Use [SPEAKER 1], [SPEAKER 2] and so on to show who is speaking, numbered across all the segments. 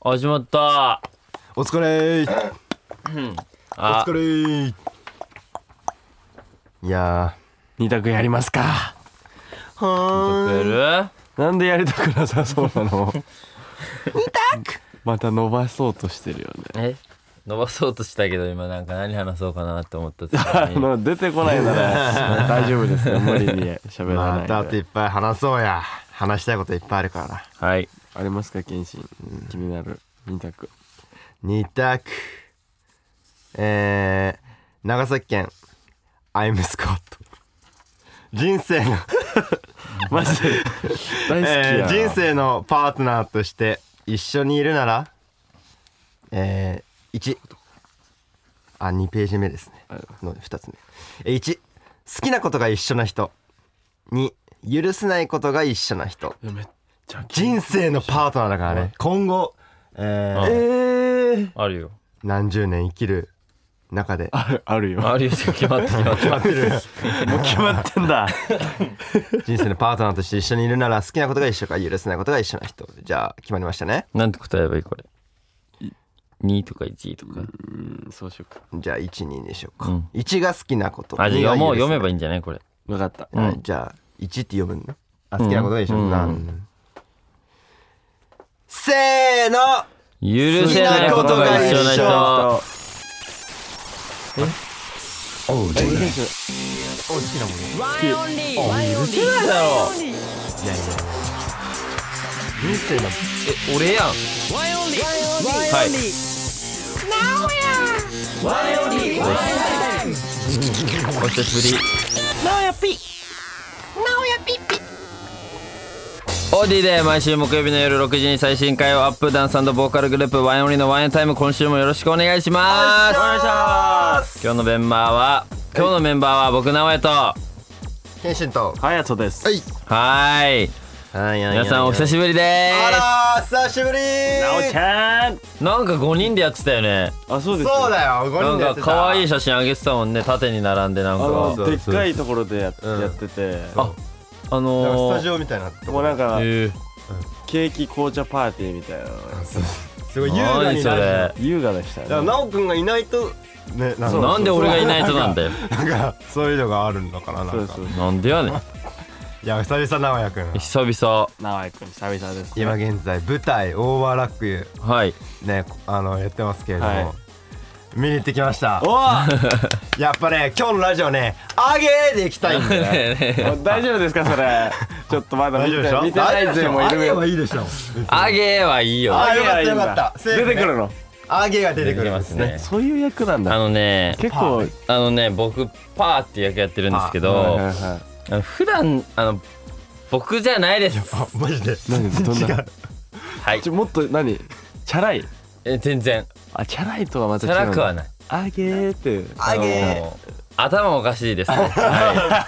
[SPEAKER 1] 始まった
[SPEAKER 2] お疲れーお
[SPEAKER 1] あ
[SPEAKER 2] 疲れーいや
[SPEAKER 3] 二択やりますか
[SPEAKER 2] ーは
[SPEAKER 1] やる
[SPEAKER 3] なんでやりたくなさそうなの二択また伸ばそうとしてるよね
[SPEAKER 1] え伸ばそうとしたけど今なんか何話そうかなって思った時
[SPEAKER 3] あ
[SPEAKER 1] に
[SPEAKER 3] の出てこないなら 大丈夫ですね無理に喋らない
[SPEAKER 2] ま
[SPEAKER 3] で
[SPEAKER 2] たあといっぱい話そうや話したいこといっぱいあるからな
[SPEAKER 1] はい
[SPEAKER 3] ありますか謙信気になる二択
[SPEAKER 2] 二択えー、長崎県アイムスコット人生の、
[SPEAKER 3] マジで 大好き
[SPEAKER 2] え
[SPEAKER 3] や
[SPEAKER 2] ー、人生のパートナーとして一緒にいるならえー、1あ2ページ目ですねの2つ目えー1好きなことが一緒な人2許せないことが一緒な人
[SPEAKER 3] いやめっちゃ
[SPEAKER 2] 人生のパートナーだからね今後、えー
[SPEAKER 1] あ
[SPEAKER 3] えー、
[SPEAKER 1] あるよ
[SPEAKER 2] 何十年生きる中で
[SPEAKER 3] あるあるよ
[SPEAKER 1] あるよ決まった決まった
[SPEAKER 2] 決まってる
[SPEAKER 3] もう決まってんだ
[SPEAKER 2] 人生のパートナーとして一緒にいるなら好きなことが一緒か許せないことが一緒な人じゃあ決まりましたね
[SPEAKER 1] なんて答えればいいこれ2とか1とか
[SPEAKER 3] うんそうしようか
[SPEAKER 2] じゃあ12にしよう
[SPEAKER 1] う
[SPEAKER 2] か、
[SPEAKER 1] ん
[SPEAKER 2] 一1が好きなこと
[SPEAKER 1] あじゃあ
[SPEAKER 2] 二
[SPEAKER 1] も
[SPEAKER 2] が
[SPEAKER 1] う
[SPEAKER 2] 許
[SPEAKER 1] 読
[SPEAKER 2] せな
[SPEAKER 1] めばいいんじゃないこれ
[SPEAKER 3] 分かった
[SPEAKER 2] はい、じゃあ1って読むのあ好きなことが一緒、
[SPEAKER 1] うん
[SPEAKER 2] なん
[SPEAKER 1] うん
[SPEAKER 2] せーの
[SPEAKER 1] 許せないことが一緒な人
[SPEAKER 2] お好きなものいやいや人生の
[SPEAKER 1] え俺やんはいお久しぶりオーディで毎週木曜日の夜6時に最新回をアップダンスボーカルグループワインオリのワインタイム今週もよろしくお願いします今日のメンバーは今日のメンバーは僕名古屋とは
[SPEAKER 2] 謙信と
[SPEAKER 3] はやとです
[SPEAKER 2] はい
[SPEAKER 1] ーい
[SPEAKER 2] はい
[SPEAKER 1] 皆さんお久しぶりで
[SPEAKER 2] あらー久しぶり
[SPEAKER 3] なお
[SPEAKER 2] ー
[SPEAKER 3] ちゃん
[SPEAKER 1] すなんか5人でやってたよね
[SPEAKER 3] あそうです
[SPEAKER 2] そうだよ5
[SPEAKER 1] な
[SPEAKER 2] 人
[SPEAKER 1] ん
[SPEAKER 2] でやっ
[SPEAKER 1] か
[SPEAKER 2] てた
[SPEAKER 1] 可愛い写真あげてたもんね縦に並んでなん
[SPEAKER 3] あ
[SPEAKER 1] か
[SPEAKER 2] そ
[SPEAKER 3] の
[SPEAKER 2] うそ
[SPEAKER 3] で
[SPEAKER 2] う
[SPEAKER 3] っ
[SPEAKER 2] そう
[SPEAKER 3] かいところでや,、
[SPEAKER 2] うん
[SPEAKER 3] やってて
[SPEAKER 1] ああ
[SPEAKER 2] なんか
[SPEAKER 1] の
[SPEAKER 2] ス
[SPEAKER 1] ー
[SPEAKER 2] タジオみたいなとこ
[SPEAKER 3] もうなんか
[SPEAKER 1] えー
[SPEAKER 3] ケーキ紅茶パーティーみたいなの
[SPEAKER 2] すごい優雅に
[SPEAKER 1] 何そ
[SPEAKER 2] なる
[SPEAKER 1] れ
[SPEAKER 3] 優雅でした
[SPEAKER 2] だから
[SPEAKER 3] よね
[SPEAKER 2] なおくんがいないとねな
[SPEAKER 3] そう
[SPEAKER 1] なんで俺がいないとなんだよ
[SPEAKER 2] なんかそういうのがあるのかななんか
[SPEAKER 3] そうそう
[SPEAKER 1] なんでやねん
[SPEAKER 2] いや久々直哉くん
[SPEAKER 1] 久々
[SPEAKER 3] 長井君久々ですね
[SPEAKER 2] 今現在舞台「オーバーラックユ
[SPEAKER 1] はい
[SPEAKER 2] ー」ねこあのやってますけれども、
[SPEAKER 3] はい
[SPEAKER 2] 見に行ってきました
[SPEAKER 3] おー
[SPEAKER 2] やっぱね今日のラジオね「あげー」で行きた いんだよね
[SPEAKER 3] 大丈夫ですかそれちょっとまだ
[SPEAKER 2] 大
[SPEAKER 3] 見
[SPEAKER 2] 丈夫でしてょ
[SPEAKER 3] 見てない勢もいるよ
[SPEAKER 2] いいでしょ
[SPEAKER 1] あげはいいよ
[SPEAKER 2] あ
[SPEAKER 3] あ
[SPEAKER 2] よかったよかったセー
[SPEAKER 3] 出
[SPEAKER 2] フね
[SPEAKER 3] てくるの
[SPEAKER 2] あげが出てくるん
[SPEAKER 1] ま
[SPEAKER 2] ですすね
[SPEAKER 1] ね
[SPEAKER 3] そういう役なん
[SPEAKER 1] あ
[SPEAKER 3] だ
[SPEAKER 1] のね
[SPEAKER 3] 結
[SPEAKER 2] パ
[SPEAKER 3] 構
[SPEAKER 2] ー
[SPEAKER 1] あのね僕パーっていう役やってるんですけど、
[SPEAKER 3] はいはいはい
[SPEAKER 1] あの普段あの僕じゃないです
[SPEAKER 2] あマジで
[SPEAKER 3] 何どんな
[SPEAKER 1] はい
[SPEAKER 3] ちょもっと何チャラい
[SPEAKER 1] え全然
[SPEAKER 3] あチャラいとはまた
[SPEAKER 1] チ
[SPEAKER 3] 違う
[SPEAKER 1] ャラくはいない
[SPEAKER 3] あげーって
[SPEAKER 2] あげ
[SPEAKER 1] あの頭おかしいですねは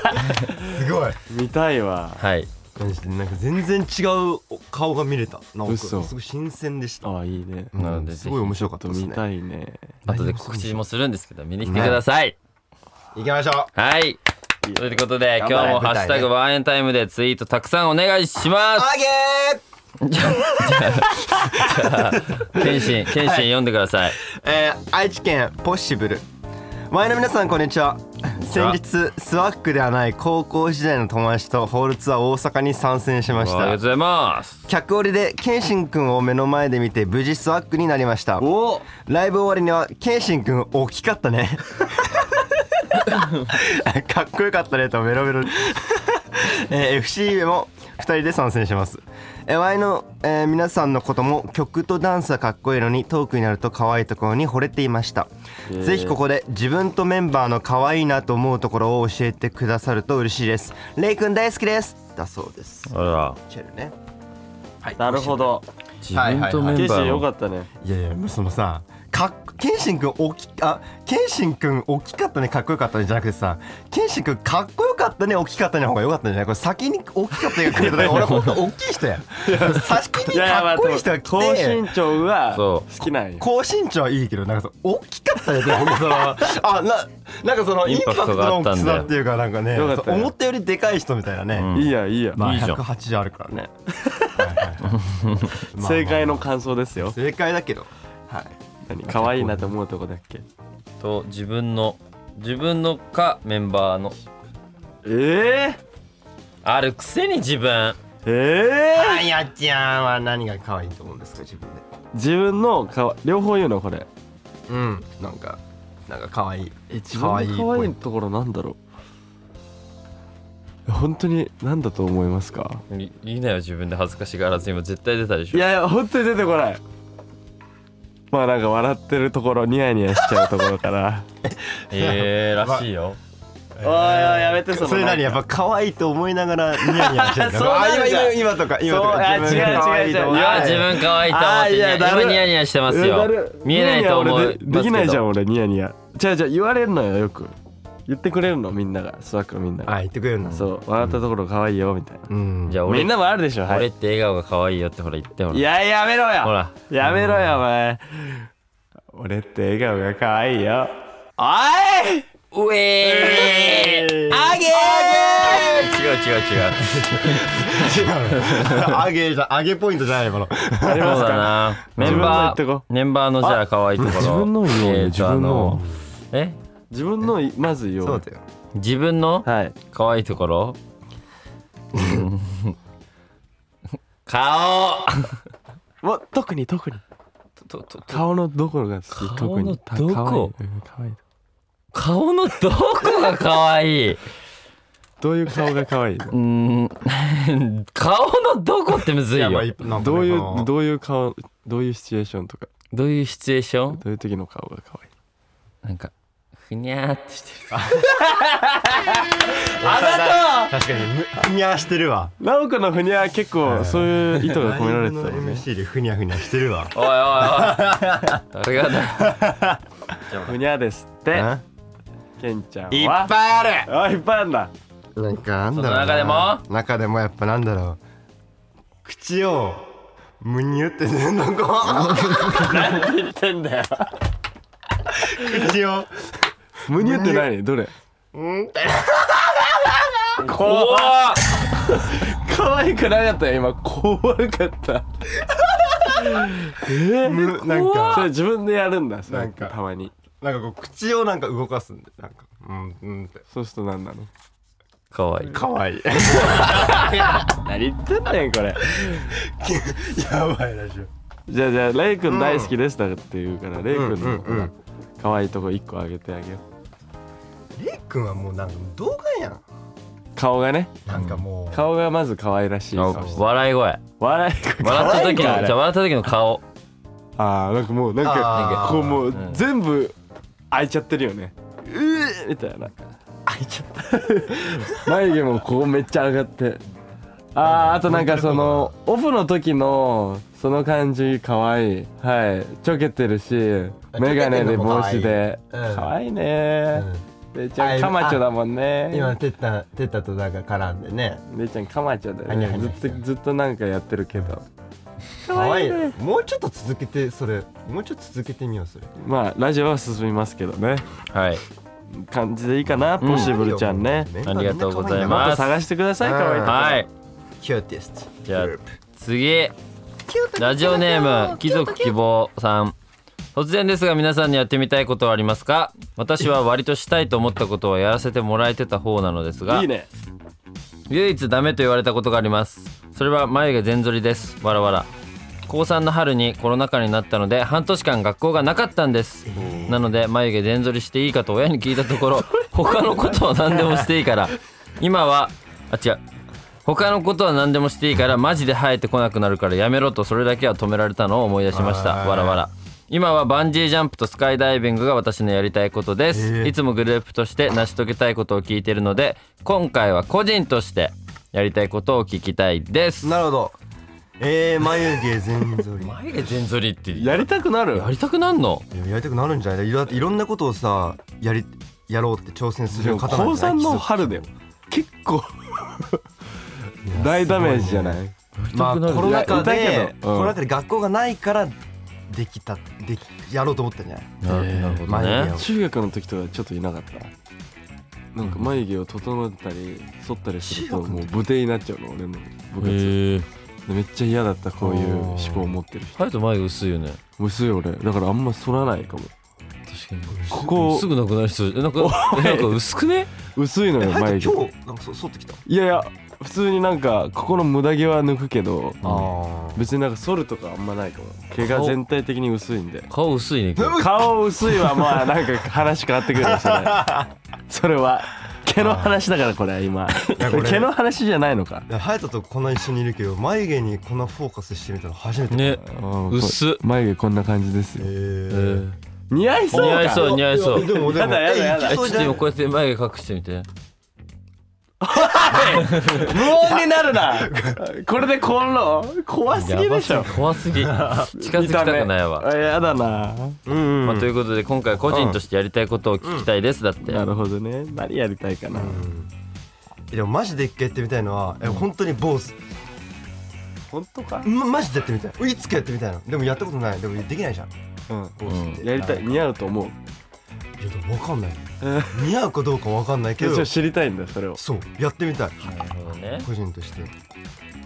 [SPEAKER 2] すごい
[SPEAKER 3] 見たいわ
[SPEAKER 1] い、はい、
[SPEAKER 2] マジでなんか全然違うお顔が見れた直哉く
[SPEAKER 3] 嘘
[SPEAKER 2] んすごい新鮮でした
[SPEAKER 3] あいいね
[SPEAKER 2] うん
[SPEAKER 1] なのでぜひ
[SPEAKER 2] すごい面白かったです
[SPEAKER 3] 見
[SPEAKER 2] ね
[SPEAKER 3] たいね
[SPEAKER 1] 後で告知もするんですけど見に来てください、
[SPEAKER 2] 行きましょう
[SPEAKER 1] はい
[SPEAKER 3] いい
[SPEAKER 1] ということで今日も「
[SPEAKER 2] 舞台
[SPEAKER 3] 張れ
[SPEAKER 1] ハッ
[SPEAKER 2] ね
[SPEAKER 1] シュタグワンエンタイム」でツイートたくさんお願いします
[SPEAKER 2] あげー
[SPEAKER 1] 謙信謙信読んでください
[SPEAKER 2] えー愛知県ポッシブル前の皆さんこんにちは
[SPEAKER 1] ちは
[SPEAKER 2] 先日スワックではない高校時代の友達とホールツアー大阪に参戦しまし
[SPEAKER 1] ありがとう
[SPEAKER 2] た
[SPEAKER 1] ございます
[SPEAKER 2] 客折りで謙信くんを目の前で見て無事スワックになりました
[SPEAKER 3] お
[SPEAKER 2] ライブ終わりには謙信くん大きかっ たねかっこよかったねとメロメロ、えー FC でも2人で参戦しますえーワイの、えー皆さんのことも曲とダンスはかっこいいのにトークになると可愛いところに惚れていました、
[SPEAKER 3] ー
[SPEAKER 2] ぜひここで自分とメンバーの可愛いなと思うところを教えてくださると嬉しいですレイくん大好きですだそうです
[SPEAKER 1] あら
[SPEAKER 2] チェルね
[SPEAKER 3] なるほど
[SPEAKER 1] 自分とメ
[SPEAKER 3] ケ
[SPEAKER 1] ン
[SPEAKER 3] イシ
[SPEAKER 1] バ
[SPEAKER 3] ー
[SPEAKER 1] ー
[SPEAKER 3] よ
[SPEAKER 1] の
[SPEAKER 3] かったね
[SPEAKER 2] いやいやもうそのさかっ謙信君大きあ謙信君大きかったねかっこよかったねじゃなくてさ謙信君かっこよかかったね大きかったねの方が良かったんじゃないこれ先に大きかったやつ来るとね俺本当大きい人や先にかっこいい人が
[SPEAKER 3] 高
[SPEAKER 2] 来て
[SPEAKER 3] 身長が
[SPEAKER 1] そ
[SPEAKER 3] 好
[SPEAKER 1] う
[SPEAKER 3] きなんや
[SPEAKER 2] 高身長はいいけどなんかそう大きかったやつねほんとそのあななんかそのインパクトの大きさっていうかなんかね
[SPEAKER 3] よかったよ
[SPEAKER 2] そう思ったよりでかい人みたいなね、
[SPEAKER 1] ん
[SPEAKER 3] いいやいいや、
[SPEAKER 2] まあ
[SPEAKER 1] いいじゃん
[SPEAKER 2] 180あるからね
[SPEAKER 3] 正解の感想ですよ
[SPEAKER 2] 正解だけどはい
[SPEAKER 3] 何可愛いなと思うとこだっけ
[SPEAKER 1] と自分の自分のかメンバーの
[SPEAKER 3] え
[SPEAKER 1] あるくせに自分
[SPEAKER 3] ー、え
[SPEAKER 2] あやちゃんは何が可愛いと思うんですか自分で
[SPEAKER 3] ー、自分のか両方言うのこれ
[SPEAKER 2] うんなんかなんか可愛い
[SPEAKER 3] え自分の可
[SPEAKER 2] 可
[SPEAKER 3] 愛
[SPEAKER 2] 愛
[SPEAKER 3] い
[SPEAKER 2] い
[SPEAKER 3] ところなんだろう本当に何だと思いますか
[SPEAKER 1] い言いなよ自分で恥ずかしがらず今絶対出たでし
[SPEAKER 3] い
[SPEAKER 1] ょ
[SPEAKER 3] やいや本当に出てこないまあなんか笑ってるところニヤニヤしちゃうところから
[SPEAKER 1] ええー、らしいよ
[SPEAKER 3] おいおいやめて
[SPEAKER 2] それ何やっぱ可愛いと思いながらニヤニヤしてる
[SPEAKER 3] そうなるじゃん
[SPEAKER 2] あ今今今とか今と
[SPEAKER 3] そうあ
[SPEAKER 2] か自分が可愛いと思う
[SPEAKER 1] い
[SPEAKER 3] 違う違う違うい
[SPEAKER 1] や
[SPEAKER 3] や
[SPEAKER 1] 自分可愛いと思っ
[SPEAKER 3] あ
[SPEAKER 1] て
[SPEAKER 3] ーいや
[SPEAKER 1] ニヤ
[SPEAKER 3] だる
[SPEAKER 1] 今ニヤニヤしてますよ見えないと思う
[SPEAKER 3] でできないじゃん俺ニヤニヤ違う違う言われるのよよく言ってくれるのみんながスワックのみんなが、
[SPEAKER 2] あ言ってくれるんだ
[SPEAKER 3] そう笑ったところ可愛いよみたいな、
[SPEAKER 2] うん
[SPEAKER 1] じゃあ
[SPEAKER 3] み
[SPEAKER 1] 俺
[SPEAKER 3] んなもあるでしょ、は
[SPEAKER 1] 俺っ
[SPEAKER 3] い、
[SPEAKER 1] て笑顔が可愛いよってほら言ってほ
[SPEAKER 3] い
[SPEAKER 1] ら
[SPEAKER 3] ややめろよ
[SPEAKER 1] ほら
[SPEAKER 3] やめろよお前俺って笑顔が可愛いよおいう
[SPEAKER 1] えーあげー違う違う違う
[SPEAKER 2] ああげじゃあげポイントじゃないよこの
[SPEAKER 3] あります
[SPEAKER 1] そうだ
[SPEAKER 3] か
[SPEAKER 1] なメ
[SPEAKER 3] 自
[SPEAKER 1] ン
[SPEAKER 3] 分の言
[SPEAKER 1] バ
[SPEAKER 3] ってこ
[SPEAKER 1] ーメンバーのじゃあ可愛いところ
[SPEAKER 3] 自分の言おうよ
[SPEAKER 1] えーとあえ
[SPEAKER 3] 自分のいまず言お
[SPEAKER 2] そう
[SPEAKER 3] う
[SPEAKER 2] だよ
[SPEAKER 1] 自分の
[SPEAKER 3] はい
[SPEAKER 1] 可愛いところ顔
[SPEAKER 3] もう特に特に
[SPEAKER 1] ととと
[SPEAKER 3] 顔のどころが好き
[SPEAKER 1] 顔
[SPEAKER 3] 特
[SPEAKER 1] の
[SPEAKER 3] に
[SPEAKER 1] どこ
[SPEAKER 3] た可愛いうん可愛い
[SPEAKER 1] 顔のどこが可愛いう
[SPEAKER 3] どういう顔が可愛 いの
[SPEAKER 1] ーん顔のどこってむずいよ
[SPEAKER 2] いやまあなんか
[SPEAKER 3] ど
[SPEAKER 2] ね
[SPEAKER 3] うい
[SPEAKER 2] この
[SPEAKER 3] うどういう顔どういうシチュエーションとか
[SPEAKER 1] どういうシチュエーション
[SPEAKER 3] どういう時の顔が可愛い
[SPEAKER 1] なんかふにゃーってしてる
[SPEAKER 3] あ
[SPEAKER 2] 確かにむふにゃしてるわ
[SPEAKER 3] なたナオコのふにゃ結構そういう意図が込められてたもんね
[SPEAKER 2] MC でふにゃふにゃしてるわ
[SPEAKER 1] おいおいおい誰がだ
[SPEAKER 3] ふにゃですってケンちゃんはい
[SPEAKER 2] っぱいある
[SPEAKER 3] あいっぱいあんだ
[SPEAKER 2] なんかなんだろう
[SPEAKER 1] その中でも
[SPEAKER 2] 中でもやっぱなんだろう口をむにゅってすんの か
[SPEAKER 3] 言ってんだよ
[SPEAKER 2] 口を
[SPEAKER 3] むにゅって何どれ
[SPEAKER 1] 怖っ
[SPEAKER 3] 可愛くなかったよ今怖かった
[SPEAKER 2] むなんか
[SPEAKER 3] それ自分でやるんだそれ
[SPEAKER 2] なんか
[SPEAKER 3] たまに
[SPEAKER 2] なんかこう口をなんか動かすんでなんかうんうんって
[SPEAKER 3] そうすると何なの
[SPEAKER 1] 可愛い
[SPEAKER 2] かわいい
[SPEAKER 3] 何言ってんねんこれ
[SPEAKER 2] やばいラジオ
[SPEAKER 3] じゃあじゃあレイくん大好きでしたって言うからレイくんの
[SPEAKER 2] うんうんうん
[SPEAKER 3] 可愛いとこ一個あげてあげよう
[SPEAKER 2] レイ君はもうなんか動画やん
[SPEAKER 3] 顔がね
[SPEAKER 2] なんかもう
[SPEAKER 3] 顔がまず可愛らしい顔して
[SPEAKER 1] 笑い声
[SPEAKER 3] 笑い
[SPEAKER 1] 笑った時の
[SPEAKER 3] 可愛いんだあれ
[SPEAKER 1] じゃあ笑った時の顔
[SPEAKER 3] あーなんかもうなん
[SPEAKER 2] あ
[SPEAKER 3] か
[SPEAKER 2] ー
[SPEAKER 3] こうもう
[SPEAKER 1] うん
[SPEAKER 3] 全部開いちゃってるよねうーみたいな
[SPEAKER 2] 開いちゃった
[SPEAKER 3] 眉毛もこうめっちゃ上がってあーあとなんかそのオフの時のその感じかわいいはいちょけてるし
[SPEAKER 2] あ
[SPEAKER 3] 眼鏡で帽子
[SPEAKER 2] ちょけて
[SPEAKER 3] で
[SPEAKER 2] んのも可愛いうん
[SPEAKER 3] かわいいねれいちゃ
[SPEAKER 2] あ
[SPEAKER 3] んかまちょだもん
[SPEAKER 2] 今
[SPEAKER 3] ね
[SPEAKER 2] テッタテッタとなんか絡んでね
[SPEAKER 3] れいちゃんかまちょだ
[SPEAKER 2] は
[SPEAKER 3] よ
[SPEAKER 2] にゃは
[SPEAKER 3] ね
[SPEAKER 2] にゃ
[SPEAKER 3] ずっとずっとなんかやってるけど
[SPEAKER 2] かわいいねもうちょっと続けてそれもうちょっと続けてみようそれ
[SPEAKER 3] まあラジオは進みますけどね
[SPEAKER 1] はい
[SPEAKER 3] 感じでいいかなポシブルちゃんね
[SPEAKER 1] ありがとうござい
[SPEAKER 3] ま
[SPEAKER 1] ま
[SPEAKER 3] た
[SPEAKER 1] す
[SPEAKER 3] 探してくださいかわいいとこ
[SPEAKER 1] はい
[SPEAKER 2] キューティスト
[SPEAKER 1] じゃあ次ラジオネーム貴族希望さん突然ですが皆さんにやってみたいことはありますか私は割としたいと思ったことはやらせてもらえてた方なのですが
[SPEAKER 3] いいね
[SPEAKER 1] 唯一ダメと言われたことがありますそれは眉毛全剃りですわらわら高3の春にコロナ禍になったので半年間学校がなかったんですなので眉毛全剃りしていいかと親に聞いたとこ ろ他のことは何でもしていいから今はあ違う他のことは何でもしていいからマジで生えてこなくなるからやめろとそれだけは止められたのを思い出しました
[SPEAKER 2] あー
[SPEAKER 1] わらわら今はバンジージャンプとスカイダイビングが私のやりたいことです、
[SPEAKER 2] えー
[SPEAKER 1] いつもグループとして成し遂げたいことを聞いているので今回は個人としてやりたいことを聞きたいです
[SPEAKER 2] なるほどえー、眉毛全剃り
[SPEAKER 1] 眉毛全剃りってや
[SPEAKER 3] やりたくなる
[SPEAKER 1] りたくなんの
[SPEAKER 2] いややりたくなるんじゃないだっていろんなことをさやりやろうって挑戦す
[SPEAKER 3] で
[SPEAKER 2] る
[SPEAKER 3] も
[SPEAKER 2] 方なん
[SPEAKER 3] 高
[SPEAKER 2] じゃない
[SPEAKER 3] 三の春だよ
[SPEAKER 4] 結構
[SPEAKER 3] 大ダメージじゃない
[SPEAKER 2] まあ
[SPEAKER 1] 痛くなる
[SPEAKER 2] コロナ禍
[SPEAKER 3] いや痛い
[SPEAKER 2] で
[SPEAKER 3] けど
[SPEAKER 2] コ
[SPEAKER 3] うん
[SPEAKER 2] ロナ禍で学校がないからできたできやろうと思ったんじゃない
[SPEAKER 1] なるなるほど
[SPEAKER 2] 眉
[SPEAKER 1] ね
[SPEAKER 2] 毛を
[SPEAKER 3] 中学の時とかちょっといなかったなんか眉毛を整えたり剃ったりすると
[SPEAKER 2] 中学
[SPEAKER 3] も
[SPEAKER 2] の
[SPEAKER 3] う無敵になっちゃうの俺の部活、
[SPEAKER 1] へえ
[SPEAKER 3] でめっちゃ嫌だったこういう思考を持ってる人
[SPEAKER 1] 隼人眉毛薄いよね
[SPEAKER 3] 薄い俺だからあんま剃らないかも
[SPEAKER 1] 確かに
[SPEAKER 3] ここ
[SPEAKER 1] すぐなくなりそうえ なんかえなんか薄くね
[SPEAKER 3] 薄いの
[SPEAKER 2] え
[SPEAKER 3] よ
[SPEAKER 2] は
[SPEAKER 3] 眉
[SPEAKER 2] い
[SPEAKER 3] 毛
[SPEAKER 2] 今日なんかそ剃ってきた
[SPEAKER 3] いやいや普通になんかここの無駄毛は抜くけど
[SPEAKER 2] あ
[SPEAKER 3] 別になんか剃るとかあんまないかも毛が全体的に薄いんで
[SPEAKER 1] 顔薄いね今日
[SPEAKER 3] 顔薄いはまあなんか話変わってくるかもしれ ないそれは毛の話だからこれ今
[SPEAKER 2] やこれ
[SPEAKER 3] 毛の話じゃないのか
[SPEAKER 2] あ隼人とこんな一緒にいるけど眉毛にこんなフォーカスしてみたの初めて
[SPEAKER 1] ね
[SPEAKER 3] うん
[SPEAKER 1] 薄っ
[SPEAKER 3] こ眉毛こんな感じです
[SPEAKER 2] え
[SPEAKER 3] よ
[SPEAKER 1] え
[SPEAKER 2] ー
[SPEAKER 1] ー
[SPEAKER 3] 似合いそうか
[SPEAKER 1] 似合いそう似合いそう
[SPEAKER 2] でもで
[SPEAKER 3] や
[SPEAKER 2] も
[SPEAKER 3] だやだやだ
[SPEAKER 1] え
[SPEAKER 2] え
[SPEAKER 1] ち
[SPEAKER 2] い
[SPEAKER 1] ょっ
[SPEAKER 2] けそう
[SPEAKER 1] と
[SPEAKER 2] じゃ
[SPEAKER 1] 今
[SPEAKER 2] な
[SPEAKER 1] こうやって眉毛隠してみて
[SPEAKER 3] 無音になるな これでこんの怖すぎでしょ
[SPEAKER 1] 怖す ぎ近づきたくないわ
[SPEAKER 3] 見た目あやだなうん、
[SPEAKER 1] まあということで今回個人としてやりたいことを聞きたいですだって
[SPEAKER 3] なるほどね何やりたいかな、
[SPEAKER 2] いでもマジで一回やってみたいのはえ本当に坊主
[SPEAKER 3] 本当か
[SPEAKER 2] まマジでやってみたいいつかやってみたいのでもやったことないでもできないじゃん
[SPEAKER 3] うん
[SPEAKER 2] 坊主って
[SPEAKER 3] やりたい
[SPEAKER 2] い
[SPEAKER 3] 似合うと思う
[SPEAKER 2] やでも分かんない似合うかどうか分かんないけ
[SPEAKER 3] ちょっ
[SPEAKER 2] ど
[SPEAKER 3] と知りたいんだよそれを
[SPEAKER 2] そうやってみたい
[SPEAKER 1] なるほどね
[SPEAKER 2] 個人として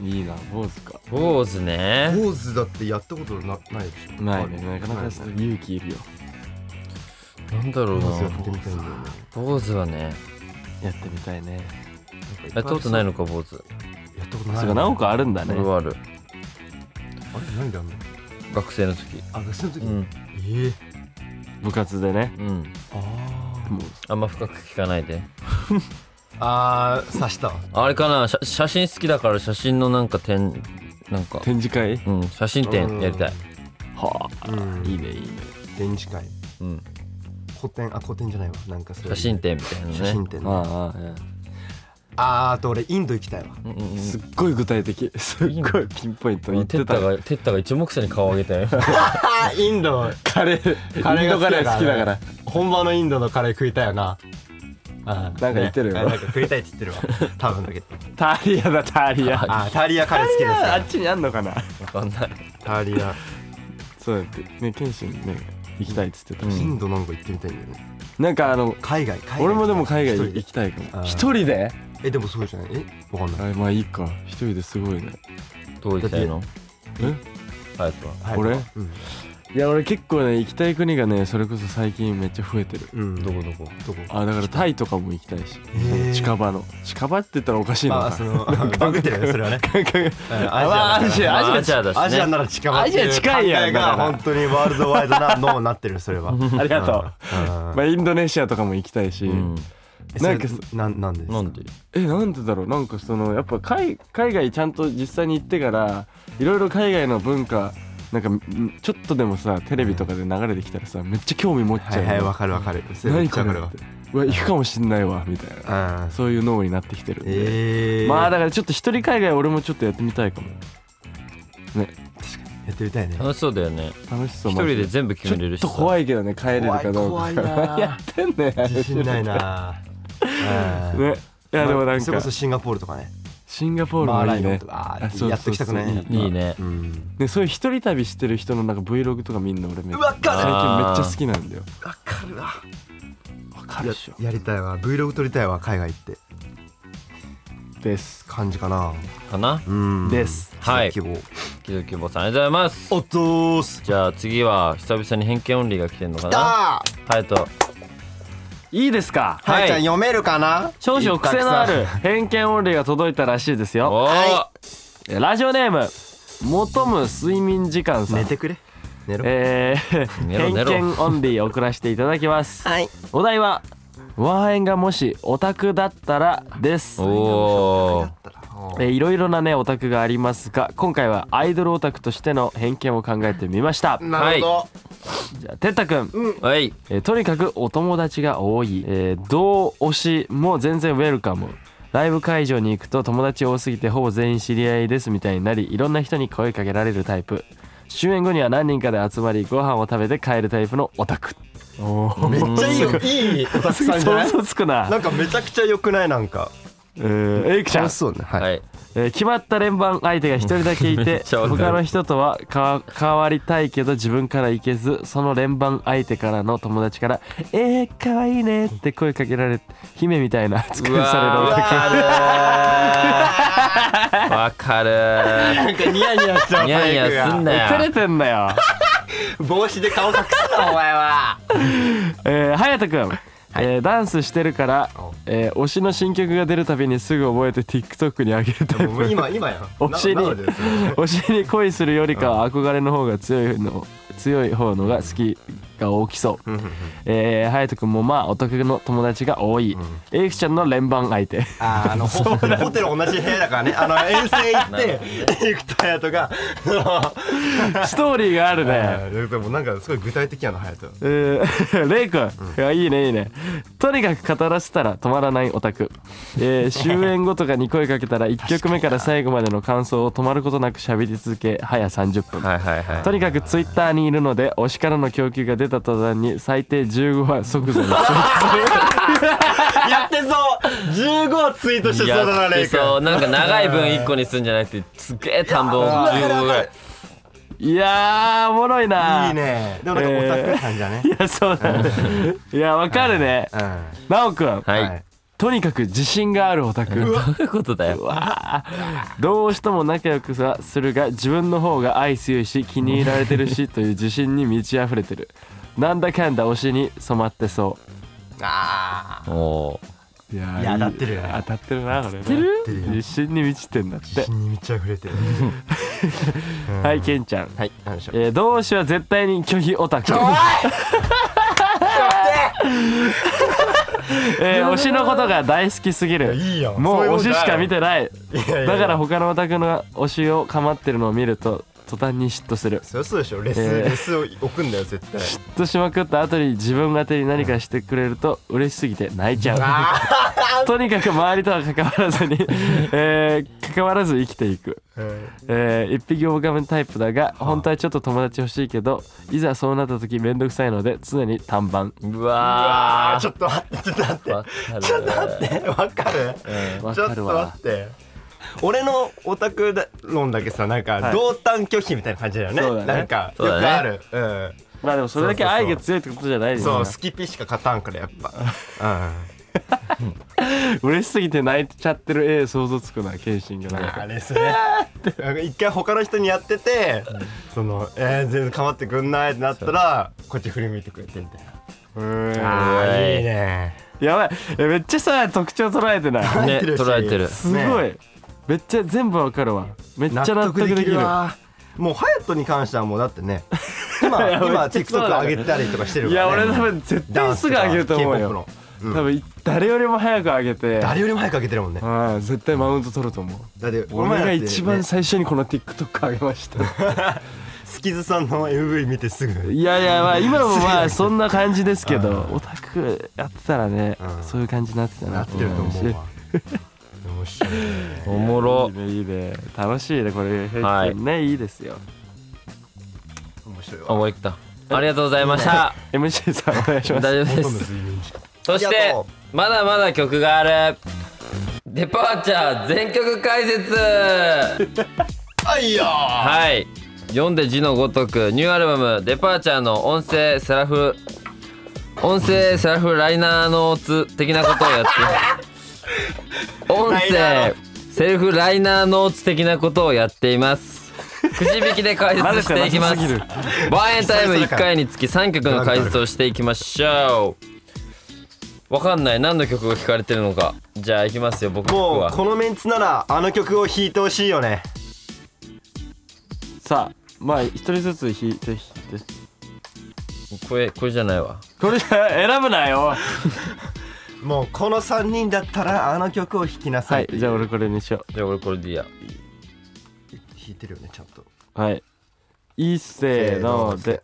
[SPEAKER 3] いいな坊主か
[SPEAKER 1] 坊主ね
[SPEAKER 2] 坊主だってやったことなないでしょ
[SPEAKER 3] ないねなかなかちょっと勇気いるよ
[SPEAKER 1] なんだろう
[SPEAKER 2] 坊
[SPEAKER 1] な
[SPEAKER 2] 主やってみたいんだよね
[SPEAKER 1] 坊主はね
[SPEAKER 3] やってみたいね
[SPEAKER 1] やったことないのか坊主
[SPEAKER 2] やったこと
[SPEAKER 3] そ
[SPEAKER 2] な
[SPEAKER 3] う
[SPEAKER 2] い
[SPEAKER 3] か
[SPEAKER 2] あ
[SPEAKER 3] 何個あるんだね
[SPEAKER 1] 俺はある
[SPEAKER 2] れなんであんの
[SPEAKER 1] 学生の時
[SPEAKER 2] あ学生の時
[SPEAKER 1] うん
[SPEAKER 2] ええ
[SPEAKER 3] 部活でね
[SPEAKER 1] うん
[SPEAKER 2] あ
[SPEAKER 3] もう
[SPEAKER 1] あんま深く聞かないで
[SPEAKER 2] ーあー刺したわ
[SPEAKER 1] あれかな写写真好きだから写真のなんか展なんか
[SPEAKER 3] 展示会
[SPEAKER 1] うん写真展やりたい
[SPEAKER 3] はあ
[SPEAKER 2] うん
[SPEAKER 3] いいねいいね
[SPEAKER 2] 展示会
[SPEAKER 1] うん
[SPEAKER 2] 古典あ古典じゃないわなんかそういう
[SPEAKER 1] 写真展みたいなね
[SPEAKER 2] 写真展ねあ
[SPEAKER 3] あああ
[SPEAKER 2] ああと俺インド行きたいわ
[SPEAKER 1] うんうん
[SPEAKER 3] あ
[SPEAKER 1] うん
[SPEAKER 3] すっごい具体的すっごいピンポイント言っ
[SPEAKER 1] テ
[SPEAKER 3] て
[SPEAKER 1] ッ
[SPEAKER 3] た
[SPEAKER 1] タがテッタが一目散に顔上げたよ
[SPEAKER 2] あーインド
[SPEAKER 3] カレー
[SPEAKER 2] カレー
[SPEAKER 3] インドカレー
[SPEAKER 2] が
[SPEAKER 3] 好
[SPEAKER 2] 好
[SPEAKER 3] き
[SPEAKER 2] きだか
[SPEAKER 3] だか
[SPEAKER 2] らら本場のインドのカレー食いたいよなあー
[SPEAKER 3] なんか言ってるよ
[SPEAKER 2] ねあなんか食いたいって言ってるわ 多分だけど
[SPEAKER 3] タリアだタリア
[SPEAKER 2] あータリアカレー好きです
[SPEAKER 3] あ
[SPEAKER 2] よ
[SPEAKER 3] っちにあんのかな
[SPEAKER 1] わかんない
[SPEAKER 2] タリア
[SPEAKER 3] そうだってね謙信ね行きたいっつってた
[SPEAKER 2] インドなんか行ってみたいんだよね
[SPEAKER 3] なんかあの
[SPEAKER 2] 海外海外
[SPEAKER 3] 俺もでも海外
[SPEAKER 2] 一人で
[SPEAKER 3] 行きたいか
[SPEAKER 2] あ
[SPEAKER 3] も
[SPEAKER 2] ー
[SPEAKER 3] 一人で
[SPEAKER 2] えでもそうじゃないえわかんない
[SPEAKER 3] あまあいいか一人ですごいね
[SPEAKER 1] どこ行きたいの
[SPEAKER 3] え
[SPEAKER 1] ハヤトは
[SPEAKER 2] はい
[SPEAKER 3] 俺
[SPEAKER 2] うん
[SPEAKER 3] いや俺結構ね行きたい国がねそれこそ最近めっちゃ増えてる
[SPEAKER 2] うん
[SPEAKER 1] どこどこ
[SPEAKER 2] どこ
[SPEAKER 3] あだからタイとかも行きたいし
[SPEAKER 2] へー
[SPEAKER 3] 近場の近場って言ったらおかしいの
[SPEAKER 2] ま
[SPEAKER 3] か
[SPEAKER 2] あそのバグってるよねそれはね
[SPEAKER 3] 感覚
[SPEAKER 2] うんアジアだ
[SPEAKER 3] あ まあ
[SPEAKER 2] から
[SPEAKER 3] アジ
[SPEAKER 1] ま
[SPEAKER 3] ア
[SPEAKER 1] あ
[SPEAKER 3] アジア
[SPEAKER 1] だしね
[SPEAKER 2] アジアなら近場っていう
[SPEAKER 3] アジア近いやん
[SPEAKER 2] 考えが
[SPEAKER 3] だから
[SPEAKER 2] 本当にワールドワイドな脳になってるそれは
[SPEAKER 3] ありがとう
[SPEAKER 2] うん
[SPEAKER 3] まあインドネシアとかも行きたいし
[SPEAKER 1] うん
[SPEAKER 2] え
[SPEAKER 3] なんか
[SPEAKER 2] それなんなんでですか
[SPEAKER 1] なんで
[SPEAKER 3] えなんでだろうなんかそのやっぱ海海外ちゃんと実際に行ってからいろいろ海外の文化なんかんちょっとでもさテレビとかで流れてきたらさめっちゃ興味持っ
[SPEAKER 2] は
[SPEAKER 3] ちゃう
[SPEAKER 2] いはい
[SPEAKER 3] の
[SPEAKER 2] わかるわかるそれめっ
[SPEAKER 3] 何
[SPEAKER 2] ちゃ
[SPEAKER 3] こ
[SPEAKER 2] わ
[SPEAKER 3] れ
[SPEAKER 2] か
[SPEAKER 3] って
[SPEAKER 2] るわ
[SPEAKER 3] うわ行くかもしんないわみたいな
[SPEAKER 2] うん
[SPEAKER 3] そういう脳になってきてるんで、
[SPEAKER 2] ええ
[SPEAKER 3] まあだからちょっと一人海外俺もちょっとやってみたいかも
[SPEAKER 2] やってみたいね
[SPEAKER 1] 楽しそうだよね
[SPEAKER 3] 楽しそう
[SPEAKER 1] 一人で
[SPEAKER 3] マジ
[SPEAKER 1] 全部決めれるし
[SPEAKER 3] ちょ
[SPEAKER 1] さ
[SPEAKER 3] っと怖いけどね帰れる
[SPEAKER 2] 怖
[SPEAKER 3] か
[SPEAKER 2] い
[SPEAKER 3] どうか
[SPEAKER 2] 怖いな
[SPEAKER 3] やってんね
[SPEAKER 2] 自信ないな うん
[SPEAKER 3] ねいやでもなん
[SPEAKER 2] それ
[SPEAKER 3] か
[SPEAKER 2] こそシンガポールとかね
[SPEAKER 3] シンガポール
[SPEAKER 2] マー
[SPEAKER 3] も
[SPEAKER 2] ラ
[SPEAKER 3] いい
[SPEAKER 2] イオン
[SPEAKER 3] ね
[SPEAKER 2] とかあ
[SPEAKER 3] あそうそうそう
[SPEAKER 2] ーやってきたくないね
[SPEAKER 1] いいね
[SPEAKER 2] うん
[SPEAKER 3] ねそういう一人旅してる人のなんか Vlog とか見んの俺めっちゃ
[SPEAKER 2] わか
[SPEAKER 3] 最
[SPEAKER 2] る
[SPEAKER 3] 近めっちゃ好きなんだよ
[SPEAKER 2] わかるわ
[SPEAKER 3] わかる
[SPEAKER 2] や
[SPEAKER 3] っしょ
[SPEAKER 2] やりたいわ Vlog 撮りたいわ海外行って
[SPEAKER 3] です
[SPEAKER 2] 感じかな
[SPEAKER 1] かな
[SPEAKER 2] うん
[SPEAKER 3] です
[SPEAKER 1] はい
[SPEAKER 2] 希望
[SPEAKER 1] 木戸希望さんありがとうございます
[SPEAKER 2] おっとーす
[SPEAKER 1] じゃあ次は久々に偏見オンリーが来てんのかな
[SPEAKER 2] だ
[SPEAKER 1] 隼人
[SPEAKER 3] いいですか
[SPEAKER 2] ーは
[SPEAKER 1] はい
[SPEAKER 2] いちゃん読めるかな
[SPEAKER 3] 少々癖のある偏見オンリーが届いたらしいですよ
[SPEAKER 1] おー
[SPEAKER 3] えラジオネーム求む睡眠時間さん
[SPEAKER 2] 寝てくれ寝ろ
[SPEAKER 3] えー、
[SPEAKER 1] 寝ろ寝
[SPEAKER 3] 偏
[SPEAKER 1] ろ
[SPEAKER 3] 見オンリー送らせていただきます
[SPEAKER 2] はい
[SPEAKER 3] お題はワンハエンがもしオタクだったらです
[SPEAKER 1] おー
[SPEAKER 3] えーいろいろなねオタクがありますが今回はアイドルオタクとしての偏見を考えてみました
[SPEAKER 2] なるほ
[SPEAKER 3] じゃあてったくん、
[SPEAKER 1] はい
[SPEAKER 3] えーとにかくお友達が多い、えー同推しも全然ウェルカムライブ会場に行くと友達多すぎてほぼ全員知り合いですみたいになりいろんな人に声かけられるタイプ終演後には何人かで集まりご飯を食べて帰るタイプのオタク
[SPEAKER 2] どめっちゃいいよいいおたくさんじゃない
[SPEAKER 3] 想像つくな
[SPEAKER 2] なんかめちゃくちゃ良くないなんか
[SPEAKER 3] えー、エイクちゃん
[SPEAKER 2] 楽し、そうなはい、
[SPEAKER 1] はい。
[SPEAKER 3] えー決まった連番相手が一人だけい
[SPEAKER 1] めってちゃわかる
[SPEAKER 3] 他の人とはか変わりたいけど自分から行けずその連番相手からの友達から「えー、かわいいね」って声かけられ姫みたいな扱いさ
[SPEAKER 1] わかるー。わか
[SPEAKER 2] なんかニヤニヤしちゃ
[SPEAKER 1] る。
[SPEAKER 2] う
[SPEAKER 1] ニヤニ
[SPEAKER 2] メイク
[SPEAKER 1] ヤ
[SPEAKER 2] が
[SPEAKER 1] すん
[SPEAKER 3] れる
[SPEAKER 1] な
[SPEAKER 3] 照
[SPEAKER 1] よ
[SPEAKER 3] れ。てんだよ、
[SPEAKER 2] 帽子で顔隠すなお 前は
[SPEAKER 3] えー、隼人君えーダンスしてるから、えー推しの新曲が出るたびにすぐ覚えて TikTok に上げるタイ
[SPEAKER 2] もう
[SPEAKER 3] プ
[SPEAKER 2] 今今 や
[SPEAKER 3] 推しに
[SPEAKER 2] ななのでですね
[SPEAKER 3] 推しに恋するよりかは憧れの方が強いの強い方のが好きが大きそうえー、隼人君もまあお得の友達が多い、エイフちゃんの連番相手
[SPEAKER 2] あーあのホホテル同じ部屋だからねあの遠征 行
[SPEAKER 1] なる
[SPEAKER 2] ってエイクとヤとか
[SPEAKER 3] ストーリーがあるね、
[SPEAKER 2] でもなんかすごい具体的やなハヤト
[SPEAKER 3] えー、 レイ君、いやいいねいいねとにかく語らせたら止まらないオタク、えー、終演後とかに声かけたら1曲目から最後までの感想を止まることなく喋り続け早30分
[SPEAKER 1] はいはいはい。
[SPEAKER 3] とにかくツイッターにいるので推しからの供給が出た途端に最低15は即座にツイートする
[SPEAKER 2] やってそう15をツイートしてそうだなレイ君
[SPEAKER 1] そうなんか長い分一個にすんじゃなくてすげえ単語15個ぐらい
[SPEAKER 3] いやーおもろいない
[SPEAKER 2] いねでもなんかオタク感じゃね
[SPEAKER 3] いやそうだねいやわかるね
[SPEAKER 2] うん
[SPEAKER 3] なおくん
[SPEAKER 1] はい、
[SPEAKER 2] はい
[SPEAKER 3] とにかく自信があるオタク
[SPEAKER 1] どういうことだよ
[SPEAKER 3] どうしても仲良くはするが自分の方が愛強いし気に入られてるしという自信に満ち溢れてるなんだかんだ推しに染まってそ
[SPEAKER 2] あ
[SPEAKER 1] おー
[SPEAKER 3] ういや
[SPEAKER 2] いや当たってるよね
[SPEAKER 3] 当たってるなこれ当たって
[SPEAKER 2] るよ
[SPEAKER 3] 自信に満ちてんだっ
[SPEAKER 2] あ自
[SPEAKER 3] て
[SPEAKER 2] 信に満ち溢れてる
[SPEAKER 3] はいケンちゃん、
[SPEAKER 2] はい何でしょう
[SPEAKER 3] えー、同志は絶対に拒否オタク えー推しのことが大好きすぎる
[SPEAKER 2] いいよ
[SPEAKER 3] もう推ししか見てない
[SPEAKER 2] いやいや
[SPEAKER 3] だから他のオタクの推しを構ってるのを見ると途端に嫉妬する
[SPEAKER 2] そりゃそうでしょレス、
[SPEAKER 3] えー
[SPEAKER 2] レスを置くんだよ絶対
[SPEAKER 3] 嫉妬しまくった後に自分宛てに何かしてくれると嬉しすぎて泣いちゃ
[SPEAKER 2] あ
[SPEAKER 3] う とにかく周りとは関わらずに、えー関わらず生きていく、
[SPEAKER 2] あ、うん
[SPEAKER 3] えー一匹狼タイプだが本当はちょっと友達欲しいけどいざそうなった時めんどくさいので常に短板
[SPEAKER 1] う
[SPEAKER 2] あ
[SPEAKER 1] わ
[SPEAKER 2] ーちょっと待ってちょっと待って
[SPEAKER 1] ーわかるちょっと待って
[SPEAKER 2] えわかる
[SPEAKER 3] わ
[SPEAKER 2] ちょ
[SPEAKER 3] か
[SPEAKER 2] っ
[SPEAKER 3] る
[SPEAKER 2] と
[SPEAKER 3] わ
[SPEAKER 2] 待って俺のオタクだ論だけさなんか同担拒否みたいな感じだよね,、
[SPEAKER 3] そうだね
[SPEAKER 2] なんか
[SPEAKER 1] そ
[SPEAKER 2] よ
[SPEAKER 1] う
[SPEAKER 2] く
[SPEAKER 1] だね
[SPEAKER 2] あるう,、
[SPEAKER 3] まあでもそれだけ愛が強いってことじゃないで
[SPEAKER 2] ん
[SPEAKER 3] す
[SPEAKER 2] そう、
[SPEAKER 3] か
[SPEAKER 2] スキピしか勝たんからやっぱ
[SPEAKER 3] 嬉しすぎて泣いちゃってる絵想像つくな謙信が
[SPEAKER 2] うん
[SPEAKER 3] なんか
[SPEAKER 2] あれですねなんか一回他の人にやっててその「えー、全然構ってくんない」ってなったらこっち振り向いてくれてみたいなうーんあーいいね
[SPEAKER 3] やばいえめっちゃさ特徴捉えて ない
[SPEAKER 1] ね
[SPEAKER 2] 入っし
[SPEAKER 1] 捉えてる
[SPEAKER 3] すごい、
[SPEAKER 2] ね
[SPEAKER 3] めっちゃ全部わかるわめっちゃ納得できる
[SPEAKER 2] わもうハヤトに関してはもうだってね今
[SPEAKER 3] いや
[SPEAKER 2] 今
[SPEAKER 3] めっちゃそう
[SPEAKER 2] TikTok
[SPEAKER 3] だね
[SPEAKER 2] 上げたりとかしてる
[SPEAKER 3] い
[SPEAKER 2] か
[SPEAKER 3] や
[SPEAKER 2] ら、ね、
[SPEAKER 3] 俺多分絶対すぐ上げると思う
[SPEAKER 2] ダン
[SPEAKER 3] よ
[SPEAKER 2] スとか K-pop の、
[SPEAKER 3] 多
[SPEAKER 2] うん、
[SPEAKER 3] 分誰よりも早く上げて
[SPEAKER 2] 誰よりも早く上げてるもんね
[SPEAKER 3] はい絶対マウント取ると思う
[SPEAKER 2] だってこの
[SPEAKER 3] 俺
[SPEAKER 2] 前だっ
[SPEAKER 3] が
[SPEAKER 2] て
[SPEAKER 3] 一番
[SPEAKER 2] ね
[SPEAKER 3] 最初にこの TikTok 上げました
[SPEAKER 2] スキズさんの MV 見てすぐ
[SPEAKER 3] いやいやまあ今もまあそんな感じですけどオタクやってたらね
[SPEAKER 2] うん
[SPEAKER 3] そういう感じになってた
[SPEAKER 2] な
[SPEAKER 3] な
[SPEAKER 2] ってると思うわ面白いね
[SPEAKER 1] おも
[SPEAKER 3] い
[SPEAKER 1] ろ
[SPEAKER 3] いねいいね楽しいねこれ
[SPEAKER 1] はい
[SPEAKER 3] ねいいですよ
[SPEAKER 2] 面白いわ
[SPEAKER 1] あ終わりきたありがとうございました
[SPEAKER 3] MC さんお願いし
[SPEAKER 1] 大
[SPEAKER 3] ます
[SPEAKER 1] 丈夫で
[SPEAKER 2] ほとんど
[SPEAKER 1] す
[SPEAKER 2] 睡眠時間
[SPEAKER 1] そし
[SPEAKER 2] あり
[SPEAKER 1] て
[SPEAKER 2] がと
[SPEAKER 1] まだまだ曲があるデパーチャー全曲解説
[SPEAKER 2] あいよー
[SPEAKER 1] はい読んで字のごとくニューアルバム「デパーチャー」の音声セラフ音声セラフライナーノーツ的なことをやって 音声セルフライナーノーツ的なことをやってい ますくじ引きで解説していきます
[SPEAKER 3] 慣れてな
[SPEAKER 1] バーエンタイム1回につき3曲の解説をしていきましょうわかんない何の曲が聞かれてるのかじゃあいきますよ僕
[SPEAKER 2] もう
[SPEAKER 1] は
[SPEAKER 2] このメンツならあの曲を弾いてほしいよね
[SPEAKER 3] さあまあ一人ずつ引いて引いて
[SPEAKER 1] これこれじゃないわ
[SPEAKER 3] これじゃ選ぶなよ
[SPEAKER 2] もうこの3人だったらあの曲を弾きなさ
[SPEAKER 3] はい
[SPEAKER 2] っ
[SPEAKER 3] い
[SPEAKER 2] ていう
[SPEAKER 3] じゃあ俺これにしよ
[SPEAKER 1] じゃあ俺これでいいや
[SPEAKER 2] 弾いてるよねちゃんと
[SPEAKER 3] うはいいっせーので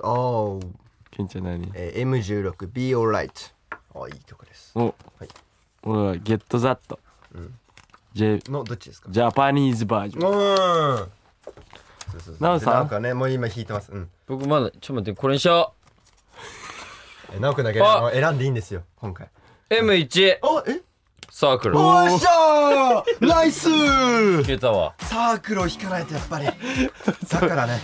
[SPEAKER 2] おー
[SPEAKER 3] ケンちゃん何
[SPEAKER 2] えー M16 Be Alright あいい曲ですは
[SPEAKER 3] お
[SPEAKER 2] い
[SPEAKER 3] 俺はゲットザットジェ
[SPEAKER 2] のどっちですか
[SPEAKER 3] ジャパニーズバージョン
[SPEAKER 2] うんそうそうそう
[SPEAKER 3] なおさん
[SPEAKER 2] なんかねもう今弾いてますうん
[SPEAKER 1] 僕まだちょっと待ってこれにしよ
[SPEAKER 2] えなおくんだけあの選んでいいんですよ今回
[SPEAKER 1] う M1
[SPEAKER 2] あえ
[SPEAKER 1] サークル
[SPEAKER 2] おっしゃーナイスー
[SPEAKER 1] いけたわ
[SPEAKER 2] サークルを引かないとやっぱりだからね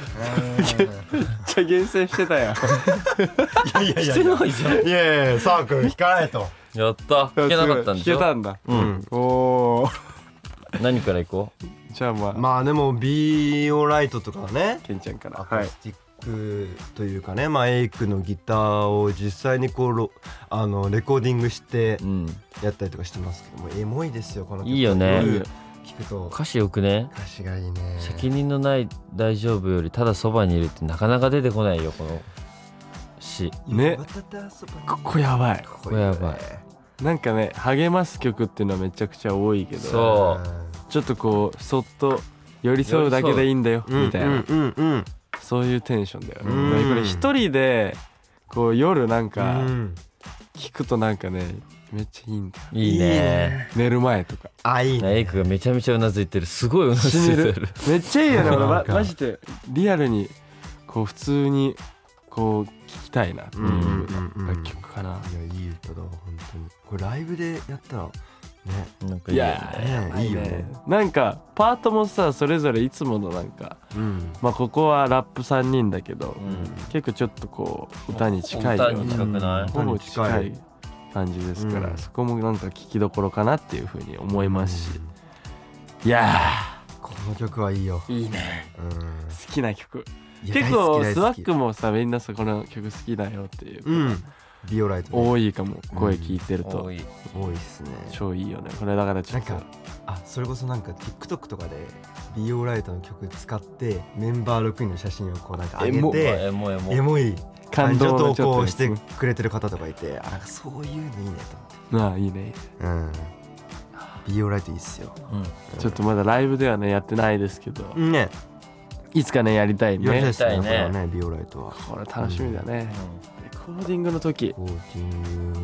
[SPEAKER 3] ちゃ厳選してたやん
[SPEAKER 2] うんいやいやいや
[SPEAKER 1] ないじゃん
[SPEAKER 2] いやいやサークル引かないと
[SPEAKER 1] やった弾けなかったんでし
[SPEAKER 3] 弾けた
[SPEAKER 1] ょ
[SPEAKER 3] んだ
[SPEAKER 2] うん
[SPEAKER 3] おお
[SPEAKER 1] 何から行こう
[SPEAKER 3] じゃあまあ、
[SPEAKER 2] まあでも B オライトとかね
[SPEAKER 3] ケンちゃんから
[SPEAKER 2] アコースティックというかね、まあエイクのギターを実際にこうロあのレコーディングして
[SPEAKER 1] うん
[SPEAKER 2] やったりとかしてますけどもエモいですよこの曲
[SPEAKER 1] いいよね
[SPEAKER 2] 夜聞くと
[SPEAKER 1] 歌詞よくね
[SPEAKER 2] 歌詞がいいね
[SPEAKER 1] 責任のない大丈夫よりただそばにいるってなかなか出てこないよこの詩
[SPEAKER 3] ねこ
[SPEAKER 2] こ
[SPEAKER 3] こやばい
[SPEAKER 1] こやばい
[SPEAKER 3] なんかね励ます曲っていうのはめちゃくちゃ多いけど
[SPEAKER 1] そう
[SPEAKER 3] ちょっとこうそっと寄り添うだけでいいんだよ
[SPEAKER 2] ん
[SPEAKER 3] みたいな、
[SPEAKER 2] うんうんうん
[SPEAKER 3] そういうテンションだよね、
[SPEAKER 2] うん
[SPEAKER 3] これ一人でこう夜なんか
[SPEAKER 2] うん
[SPEAKER 3] 聞くとなんかねめっちゃいいんだよ
[SPEAKER 1] いい
[SPEAKER 2] いい
[SPEAKER 1] ね
[SPEAKER 2] ね
[SPEAKER 3] 寝る前とか
[SPEAKER 2] あいいね
[SPEAKER 1] エイクがめちゃめちゃうなずいてるすごいうなず
[SPEAKER 3] 死
[SPEAKER 1] い
[SPEAKER 3] ね
[SPEAKER 1] て
[SPEAKER 3] る
[SPEAKER 1] る
[SPEAKER 3] めっちゃいいよね俺
[SPEAKER 2] な
[SPEAKER 3] ま
[SPEAKER 2] んか
[SPEAKER 3] マジでリアルにこう普通にこう聞きたいなってい
[SPEAKER 2] うんうん
[SPEAKER 3] う
[SPEAKER 2] うんうん
[SPEAKER 3] 楽曲かな、
[SPEAKER 2] いやいい歌だわ本当にこれライブでやったらね
[SPEAKER 1] なんかい
[SPEAKER 3] い
[SPEAKER 1] いよ
[SPEAKER 3] や
[SPEAKER 1] ね
[SPEAKER 2] ねいいよね
[SPEAKER 3] なんかパートもさそれぞれいつものなんか
[SPEAKER 2] うん
[SPEAKER 3] まあここはラップ3人だけど、
[SPEAKER 1] うん
[SPEAKER 3] 結構ちょっとこう歌に近いよ
[SPEAKER 1] 歌
[SPEAKER 3] う
[SPEAKER 1] に
[SPEAKER 3] な
[SPEAKER 1] 近くない
[SPEAKER 3] ほぼ近
[SPEAKER 2] 近
[SPEAKER 3] い
[SPEAKER 2] い
[SPEAKER 3] 感じですから、
[SPEAKER 2] うん
[SPEAKER 3] そこもなんか聞きどころかなっていうふうに思いますし、いや
[SPEAKER 2] この曲はいいよ
[SPEAKER 3] ーいいね
[SPEAKER 2] うん
[SPEAKER 3] 好きな曲
[SPEAKER 2] いや
[SPEAKER 3] 結
[SPEAKER 2] 大好
[SPEAKER 3] 構
[SPEAKER 2] き大好き
[SPEAKER 3] スワックもさみんなさこの曲好きだよっていう、
[SPEAKER 2] うんビオライトね
[SPEAKER 3] 多いかも声聞いてると、
[SPEAKER 1] 多い
[SPEAKER 2] 多いっすね
[SPEAKER 3] 超いいよねこれだからちょ
[SPEAKER 2] なん
[SPEAKER 3] っと
[SPEAKER 2] かあそれこそなんか TikTok とかで美容ライトの曲使ってメンバー6人の写真をこうなんか上
[SPEAKER 3] エモ
[SPEAKER 2] げて
[SPEAKER 1] エモエモ
[SPEAKER 2] エモい感
[SPEAKER 3] 感動
[SPEAKER 2] 情
[SPEAKER 3] の
[SPEAKER 2] 投
[SPEAKER 3] ちょっと
[SPEAKER 2] 稿
[SPEAKER 3] や
[SPEAKER 2] し
[SPEAKER 3] つ
[SPEAKER 2] て
[SPEAKER 3] ね
[SPEAKER 2] くれてる方とかいてあなんかそういうのいいね
[SPEAKER 3] まあいいね
[SPEAKER 2] と思ってうん美容ライトいいっすよ
[SPEAKER 1] うん
[SPEAKER 3] ちょっとまだライブではねやってないですけど、
[SPEAKER 2] ね
[SPEAKER 3] いつかねやりたい
[SPEAKER 2] よりで
[SPEAKER 3] ね
[SPEAKER 2] すね
[SPEAKER 1] やり
[SPEAKER 2] こ
[SPEAKER 1] たいね
[SPEAKER 2] れはね美容ライトは
[SPEAKER 3] これ楽しみだね、レコーディングの時
[SPEAKER 2] コーティング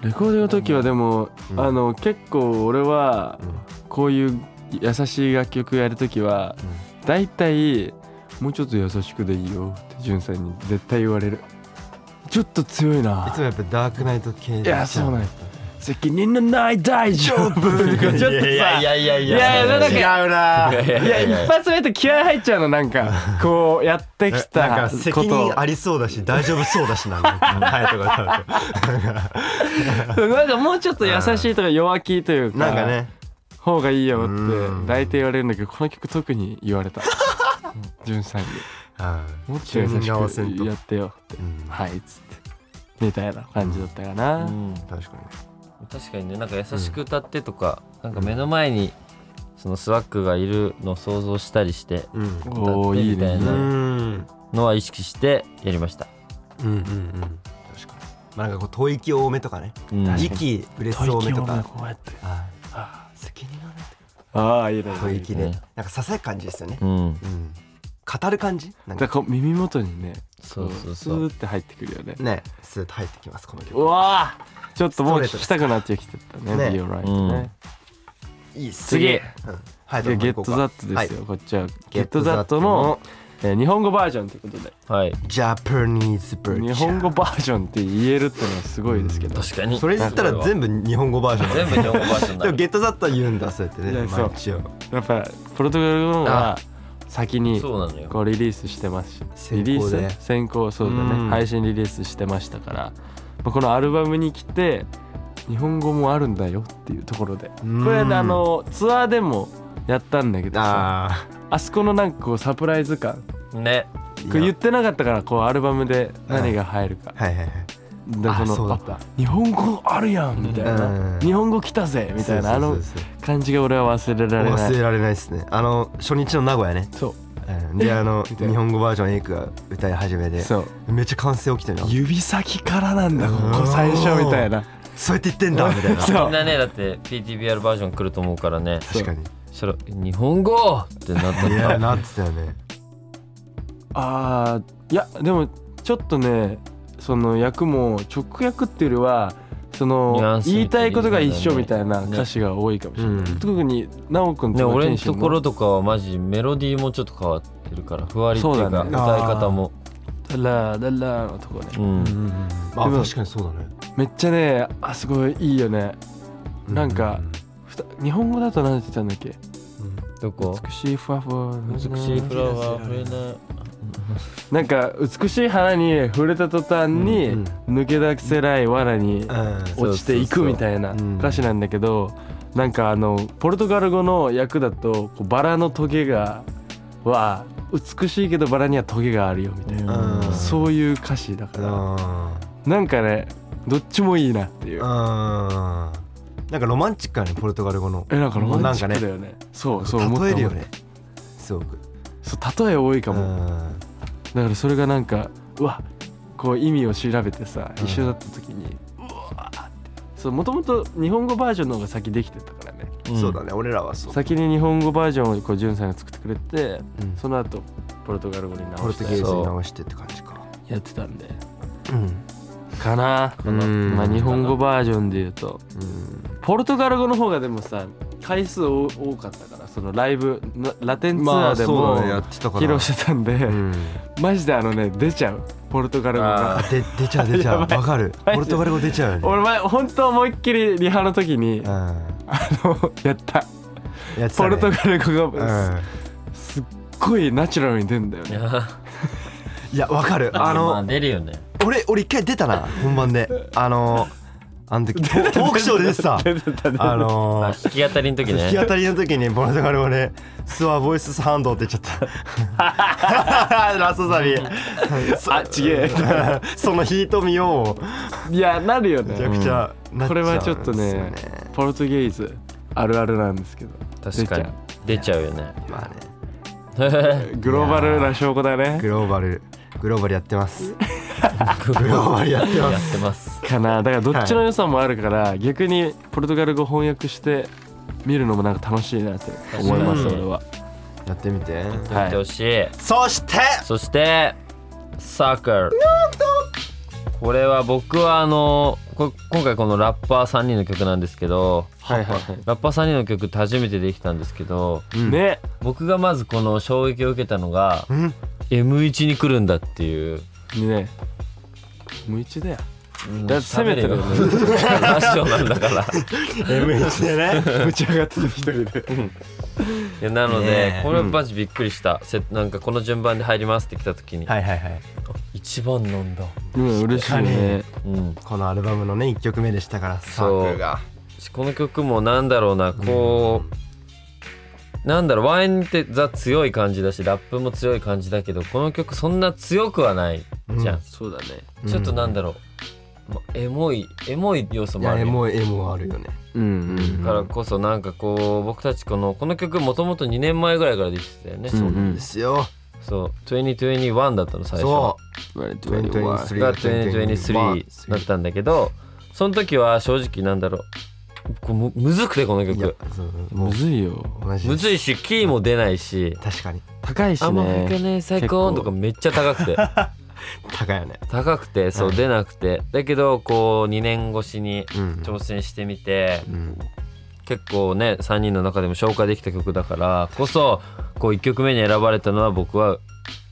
[SPEAKER 3] レコーディングの時はでも、
[SPEAKER 2] うん
[SPEAKER 3] あの結構俺は
[SPEAKER 2] うん
[SPEAKER 3] こういう優しい楽曲やるときはだいたいもうちょっと優しくでいいよってじゅんさんに絶対言われるちょっと強い
[SPEAKER 2] い
[SPEAKER 3] な
[SPEAKER 2] つもやっぱダークナイト系
[SPEAKER 3] いやそうなんや責任のない大丈夫 ちょっとさ
[SPEAKER 1] いやいやいやい
[SPEAKER 3] いやいやなんか
[SPEAKER 1] い
[SPEAKER 2] 違うない
[SPEAKER 1] やい
[SPEAKER 3] い
[SPEAKER 1] や
[SPEAKER 3] や
[SPEAKER 1] いや
[SPEAKER 3] 一発目と気合入っちゃうのなんかこうやってき
[SPEAKER 2] な
[SPEAKER 3] た
[SPEAKER 2] んか
[SPEAKER 3] こ
[SPEAKER 2] 責任
[SPEAKER 3] と
[SPEAKER 2] ありそうだし大丈夫そうだしなん だ隼人が多分
[SPEAKER 3] なんかもうちょっと優しいとか弱気というか
[SPEAKER 2] なんか ね
[SPEAKER 3] 方がいいよって
[SPEAKER 2] うん
[SPEAKER 3] 大体言われるんだけどこの曲特に言わ れたじゅんさんに
[SPEAKER 2] はい
[SPEAKER 3] もっと優し
[SPEAKER 2] 自分に合わせん
[SPEAKER 3] く
[SPEAKER 2] と
[SPEAKER 3] やってよって
[SPEAKER 2] うん
[SPEAKER 3] はいっつってみたいな感じだったかな、
[SPEAKER 1] うん
[SPEAKER 2] 確かに
[SPEAKER 1] 確かにねなんか優しく歌ってとか、なんか目の前にそのスワックがいるのを想像したりして
[SPEAKER 2] うん
[SPEAKER 3] おーいい
[SPEAKER 1] 歌
[SPEAKER 3] ね
[SPEAKER 1] ってみたいな
[SPEAKER 2] うん
[SPEAKER 1] のは意識してやりました
[SPEAKER 2] うんうんうん確かにまあなんかこう吐息多めとかね
[SPEAKER 1] うん
[SPEAKER 3] 確かに
[SPEAKER 2] 息嬉し
[SPEAKER 3] 吐
[SPEAKER 2] そう
[SPEAKER 3] 息
[SPEAKER 2] めと
[SPEAKER 3] をね
[SPEAKER 2] か
[SPEAKER 3] こうやって
[SPEAKER 2] あ
[SPEAKER 3] あ
[SPEAKER 2] 責任がないと
[SPEAKER 3] あーいいね
[SPEAKER 2] か吐息
[SPEAKER 1] いい
[SPEAKER 2] で
[SPEAKER 1] ね
[SPEAKER 2] なんかささやか感じですよね
[SPEAKER 1] うん
[SPEAKER 2] うん語る感じなん
[SPEAKER 3] だか
[SPEAKER 2] か
[SPEAKER 3] らこう耳元にね
[SPEAKER 1] そうそう
[SPEAKER 3] ス
[SPEAKER 1] そう
[SPEAKER 3] ーって入ってくるよね
[SPEAKER 2] ねスーッと入ってきますこの
[SPEAKER 3] う
[SPEAKER 2] 曲
[SPEAKER 3] わーちょっともう
[SPEAKER 2] ストレート
[SPEAKER 3] 聞
[SPEAKER 2] で
[SPEAKER 3] き
[SPEAKER 2] す
[SPEAKER 3] たくなってきてたね
[SPEAKER 2] ね
[SPEAKER 3] ビオライトね、
[SPEAKER 2] いいっす
[SPEAKER 3] 次
[SPEAKER 2] うんはい
[SPEAKER 3] じゃあゲットザットですよ、こっちはゲットザットの、えー日本語バージョンということで
[SPEAKER 1] はい
[SPEAKER 2] ジャパニーズブ
[SPEAKER 3] 日本語バージョンって言えるってのはすごいですけど
[SPEAKER 1] 確かに
[SPEAKER 2] それ言ったら全部日本語バージョン
[SPEAKER 1] 全部日本語バージョンにな
[SPEAKER 2] でも
[SPEAKER 1] る
[SPEAKER 2] ゲットザットは言うんだそうやってね
[SPEAKER 3] いや
[SPEAKER 2] まあ
[SPEAKER 3] そう
[SPEAKER 2] 一応
[SPEAKER 3] やっぱポルトガル語が先に
[SPEAKER 1] そうなのよ
[SPEAKER 3] こうリリースしてますしリ
[SPEAKER 2] 先行で
[SPEAKER 3] リース先行そうだ
[SPEAKER 2] う
[SPEAKER 3] ね
[SPEAKER 2] ん
[SPEAKER 3] 配信リリースしてましたからまあこのアルバムに来て日本語もあるんだよっていうところで
[SPEAKER 2] うん
[SPEAKER 3] これねあのツアーでもやったんだけどさ
[SPEAKER 2] あ
[SPEAKER 3] あそこのなんかこうサプライズ感
[SPEAKER 1] ね
[SPEAKER 2] ー
[SPEAKER 3] こ
[SPEAKER 2] い
[SPEAKER 3] れ言
[SPEAKER 2] や
[SPEAKER 3] ってなかったからこうアルバムで何が入るか
[SPEAKER 2] はいはいはい
[SPEAKER 3] でこ
[SPEAKER 2] あそう
[SPEAKER 3] の
[SPEAKER 2] だ
[SPEAKER 3] あ
[SPEAKER 2] った
[SPEAKER 3] 日本語あるやんみたいな
[SPEAKER 2] うん
[SPEAKER 3] 日本語来たぜみたいなあ
[SPEAKER 2] そ
[SPEAKER 3] の
[SPEAKER 2] うそうそうそう
[SPEAKER 3] 感じが俺は忘れられな
[SPEAKER 2] 忘
[SPEAKER 3] い
[SPEAKER 2] れられないですねあの初日の名古屋ね
[SPEAKER 3] そ
[SPEAKER 2] うんであ の日
[SPEAKER 3] みたいな
[SPEAKER 2] 本語バージョンエイクが歌い始め
[SPEAKER 3] う
[SPEAKER 2] て
[SPEAKER 3] そう
[SPEAKER 2] めっちゃ歓声起きてるよ
[SPEAKER 3] 指先からなんだここ最初みたいな
[SPEAKER 2] そうやって言ってんだみたいな
[SPEAKER 3] そう
[SPEAKER 1] みんなねだって PTBR バージョン来ると思うからね
[SPEAKER 2] 確かに
[SPEAKER 1] そしたら「日本語!」ってなった
[SPEAKER 2] い
[SPEAKER 1] ん
[SPEAKER 2] や
[SPEAKER 1] だ
[SPEAKER 2] なってたよね
[SPEAKER 3] あーいやでもちょっとねその役も直訳っていうよりはそ
[SPEAKER 1] ニュア
[SPEAKER 3] の
[SPEAKER 1] ンスみたい
[SPEAKER 3] 言いたいことが一緒
[SPEAKER 1] ね
[SPEAKER 3] みたいな歌詞が多いかもしれない、
[SPEAKER 2] うん
[SPEAKER 3] 特に奈く君
[SPEAKER 1] ね
[SPEAKER 3] とか
[SPEAKER 1] 俺
[SPEAKER 3] 天
[SPEAKER 1] の
[SPEAKER 3] 心
[SPEAKER 1] と
[SPEAKER 3] の
[SPEAKER 1] ころとかはマジメロディーもちょっと変わってるからふわりっていう
[SPEAKER 3] そうだ
[SPEAKER 1] か
[SPEAKER 3] ね
[SPEAKER 1] 歌い方も
[SPEAKER 3] 「ダラダラ」のとこね
[SPEAKER 1] うん
[SPEAKER 2] うんまあ
[SPEAKER 3] でも
[SPEAKER 2] 確かにそうだね
[SPEAKER 3] めっちゃねあすごいいいよねなんか、ふた日本語だと何て言ったんだっけ
[SPEAKER 1] どこ
[SPEAKER 3] 美しいふわふわ
[SPEAKER 1] 美しいフラワー触れない
[SPEAKER 3] なんか美しい花に触れた途端に、
[SPEAKER 2] うん
[SPEAKER 3] 抜け出せない藁に
[SPEAKER 2] う
[SPEAKER 3] 落ちていくみたいな
[SPEAKER 2] そうそうそう
[SPEAKER 3] 歌詞なんだけど、なんかあのポルトガル語の訳だとこうバラのトゲがは美しいけどバラにはトゲがあるよみたいな、
[SPEAKER 2] ん
[SPEAKER 3] そういう歌詞だから、
[SPEAKER 2] あ
[SPEAKER 3] なんかねどっちもいいなっていう、
[SPEAKER 2] あなんかロマンチックやねポルトガル語の
[SPEAKER 3] えなんかロマンチッ
[SPEAKER 2] なんか
[SPEAKER 3] クだ
[SPEAKER 2] ね
[SPEAKER 3] よねそうそう思った
[SPEAKER 2] 例えるよ
[SPEAKER 3] 思っ
[SPEAKER 2] ねすごく
[SPEAKER 3] たそう例え多いかも、
[SPEAKER 2] うん
[SPEAKER 3] だからそれがなんかうわこう意味を調べてさ
[SPEAKER 2] うん
[SPEAKER 3] 一緒だった時に、うわーってそうもともと日本語バージョンの方が先できてたからね
[SPEAKER 2] そうだね俺らはそう
[SPEAKER 3] 先に日本語バージョンをこうジュンさんが作ってくれて、
[SPEAKER 2] うん
[SPEAKER 3] その後ポルトガル語に
[SPEAKER 2] ポ
[SPEAKER 3] 直
[SPEAKER 2] ル
[SPEAKER 3] して
[SPEAKER 2] トガル語に直してって感じか
[SPEAKER 3] やってたんで
[SPEAKER 2] うん
[SPEAKER 3] かな
[SPEAKER 2] うん
[SPEAKER 3] まあ日本語バージョンで言うとポルトガル語の方がでもさ回数多多かったからそのライブなラテンツアーでも
[SPEAKER 2] てた
[SPEAKER 3] 披露してたんで、
[SPEAKER 2] うん
[SPEAKER 3] マジであのね出ちゃうポルトガル語が
[SPEAKER 2] あで出ちゃう出ちゃう
[SPEAKER 3] や
[SPEAKER 2] わ
[SPEAKER 3] ばい
[SPEAKER 2] かる
[SPEAKER 3] マジで
[SPEAKER 2] ポルトガル語出ちゃうよね
[SPEAKER 3] 俺前本当思いっきりリハの時に、
[SPEAKER 2] うん
[SPEAKER 3] あのやった
[SPEAKER 2] やってた
[SPEAKER 3] ポ
[SPEAKER 2] ね
[SPEAKER 3] ルトガル語が、
[SPEAKER 2] うん
[SPEAKER 3] すっごいナチュラルに出るんだよね
[SPEAKER 2] いやわかるあの
[SPEAKER 1] 出るよね
[SPEAKER 2] 俺俺一回出たな本番であのあ の時トートークショーで出てた
[SPEAKER 3] 出てたね
[SPEAKER 2] あの
[SPEAKER 1] あ
[SPEAKER 2] ー
[SPEAKER 1] 弾き語りの時
[SPEAKER 2] 弾き当
[SPEAKER 1] ね
[SPEAKER 2] たりの時にポルトガル語で「スワボイスサウンド」って言っちゃった ラストサビ
[SPEAKER 3] あちげえ
[SPEAKER 2] そのヒート見よう
[SPEAKER 3] いやなるよ
[SPEAKER 2] めちゃく
[SPEAKER 3] ね
[SPEAKER 2] ちゃなっちゃうんですよね
[SPEAKER 3] これはちょっとねポルトゲイズあるあるなんですけど
[SPEAKER 1] 確かに出ちゃうよね
[SPEAKER 2] まあね
[SPEAKER 3] グローバルな証拠だね
[SPEAKER 2] グローバルグローバルやってますグローバルやってま
[SPEAKER 1] や
[SPEAKER 2] す
[SPEAKER 1] ってます
[SPEAKER 3] かなだからどっちの良さもあるから、逆にポルトガル語翻訳して見るのもなんか楽しいなって思います
[SPEAKER 1] うん
[SPEAKER 3] 俺は
[SPEAKER 2] やってみて
[SPEAKER 1] やってほしい
[SPEAKER 2] そして
[SPEAKER 1] そしてサークルこれは僕はあのこ今回このラッパー3人の曲なんですけど
[SPEAKER 3] はいはいは
[SPEAKER 1] ラッパー3人の曲って初めてできたんですけど
[SPEAKER 3] いね
[SPEAKER 1] 僕がまずこの衝撃を受けたのが
[SPEAKER 2] うん
[SPEAKER 1] M1 に来るんだっていう
[SPEAKER 3] ね無一だよ
[SPEAKER 1] うん
[SPEAKER 3] だって攻めてるよね
[SPEAKER 1] 喋れよラジオなんだから
[SPEAKER 2] M1 でね
[SPEAKER 3] ぶち上がってた一人で
[SPEAKER 1] いやなの
[SPEAKER 2] ね
[SPEAKER 1] で
[SPEAKER 2] え
[SPEAKER 1] これはマジびっくりした、せなんかこの順番で入りますって来た時に、
[SPEAKER 2] はいはいはい
[SPEAKER 1] 一番なんだ
[SPEAKER 3] うん嬉しいよね
[SPEAKER 1] うん
[SPEAKER 2] このアルバムのね1曲目でしたからサ
[SPEAKER 1] そう
[SPEAKER 2] ークルが
[SPEAKER 1] この曲もなんだろうなこう、なんだろうワインってザ強い感じだしラップも強い感じだけどこの曲そんな強くはないじゃん、
[SPEAKER 3] そうだね
[SPEAKER 2] うん
[SPEAKER 1] ちょっとなんだろう、まエモいエモい要素
[SPEAKER 2] い
[SPEAKER 1] もあ
[SPEAKER 2] や
[SPEAKER 1] るよ
[SPEAKER 2] M もあるよね
[SPEAKER 3] うん
[SPEAKER 1] だからこそなんかこう僕たちこのこの曲もともと2年前ぐらいからできてたよね、
[SPEAKER 3] うんうん
[SPEAKER 2] ですよ
[SPEAKER 1] そう2021だったの最初
[SPEAKER 2] そう
[SPEAKER 3] 2023
[SPEAKER 2] 2023
[SPEAKER 1] が2023だったんだけどその時は正直なんだろうこうむむずくてこの
[SPEAKER 2] いや
[SPEAKER 1] 曲
[SPEAKER 2] そうもう
[SPEAKER 3] むずいよ
[SPEAKER 2] 同じ
[SPEAKER 1] むずいしキーも出ないし
[SPEAKER 2] 確かに
[SPEAKER 3] 高いし
[SPEAKER 1] あんま吹か
[SPEAKER 3] ね
[SPEAKER 1] ね最
[SPEAKER 3] 結
[SPEAKER 1] 高
[SPEAKER 3] 構
[SPEAKER 1] とかめっちゃ高くて
[SPEAKER 2] 高いよね
[SPEAKER 1] 高くてそう
[SPEAKER 2] はい
[SPEAKER 1] 出なくてだけどこう2年越しに
[SPEAKER 2] うん
[SPEAKER 1] 挑戦してみて
[SPEAKER 2] うん
[SPEAKER 1] 結構ね3人の中でも紹介できた曲だからこそこう1曲目に選ばれたのは僕は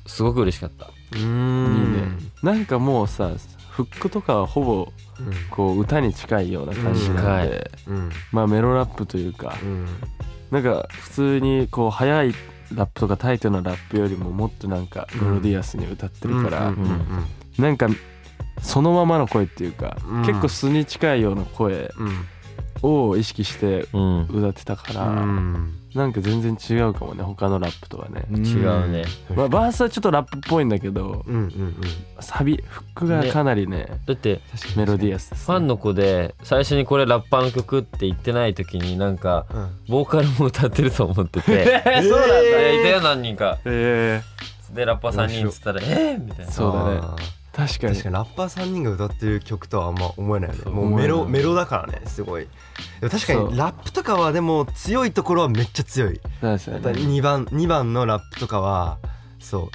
[SPEAKER 1] すごく嬉しかった
[SPEAKER 2] う
[SPEAKER 3] いい
[SPEAKER 2] ん
[SPEAKER 3] ねなんかもうさフックとかはほぼこう歌に近いような感じなんで
[SPEAKER 2] うん
[SPEAKER 3] まあメロラップというか
[SPEAKER 2] うん
[SPEAKER 3] なんか普通にこう速いラップとかタイトなラップよりももっとなんかメロディアスに歌ってるから、
[SPEAKER 2] うんうんうん
[SPEAKER 3] なんかそのままの声っていうか、
[SPEAKER 2] うん
[SPEAKER 3] 結構素に近いような声
[SPEAKER 2] うん
[SPEAKER 3] を意識して
[SPEAKER 1] うん
[SPEAKER 3] 歌ってたから、
[SPEAKER 2] うん
[SPEAKER 3] なんか全然違うかもね他のラップとはね、
[SPEAKER 1] 違うね
[SPEAKER 3] まあ、バースはちょっとラップっぽいんだけど
[SPEAKER 2] うんうんうん
[SPEAKER 3] サビフックがかなりね
[SPEAKER 1] だって
[SPEAKER 2] 確か
[SPEAKER 3] メ
[SPEAKER 2] に
[SPEAKER 3] ロディアスです、
[SPEAKER 1] ファンの子で最初にこれラッパーの曲って言ってない時になんか
[SPEAKER 2] うん
[SPEAKER 1] ボーカルも歌ってると思ってて
[SPEAKER 3] え
[SPEAKER 2] そうなんだ
[SPEAKER 1] でいたよ何人か
[SPEAKER 3] え
[SPEAKER 1] でラッパー3人っつったら「えーみたいな
[SPEAKER 3] そうだね
[SPEAKER 2] あー
[SPEAKER 3] 確かに
[SPEAKER 2] 確かにラッパー3人が歌ってる曲とはあんま思えないよね
[SPEAKER 1] そう
[SPEAKER 2] もうメロ
[SPEAKER 3] 思え
[SPEAKER 2] メ
[SPEAKER 3] ない
[SPEAKER 2] ロだからねすごいでも確か
[SPEAKER 3] そう
[SPEAKER 2] にラップとかはでも強いところはめっちゃ強い
[SPEAKER 3] 確か
[SPEAKER 2] やっぱ
[SPEAKER 3] に
[SPEAKER 2] り2番二番のラップとかはそ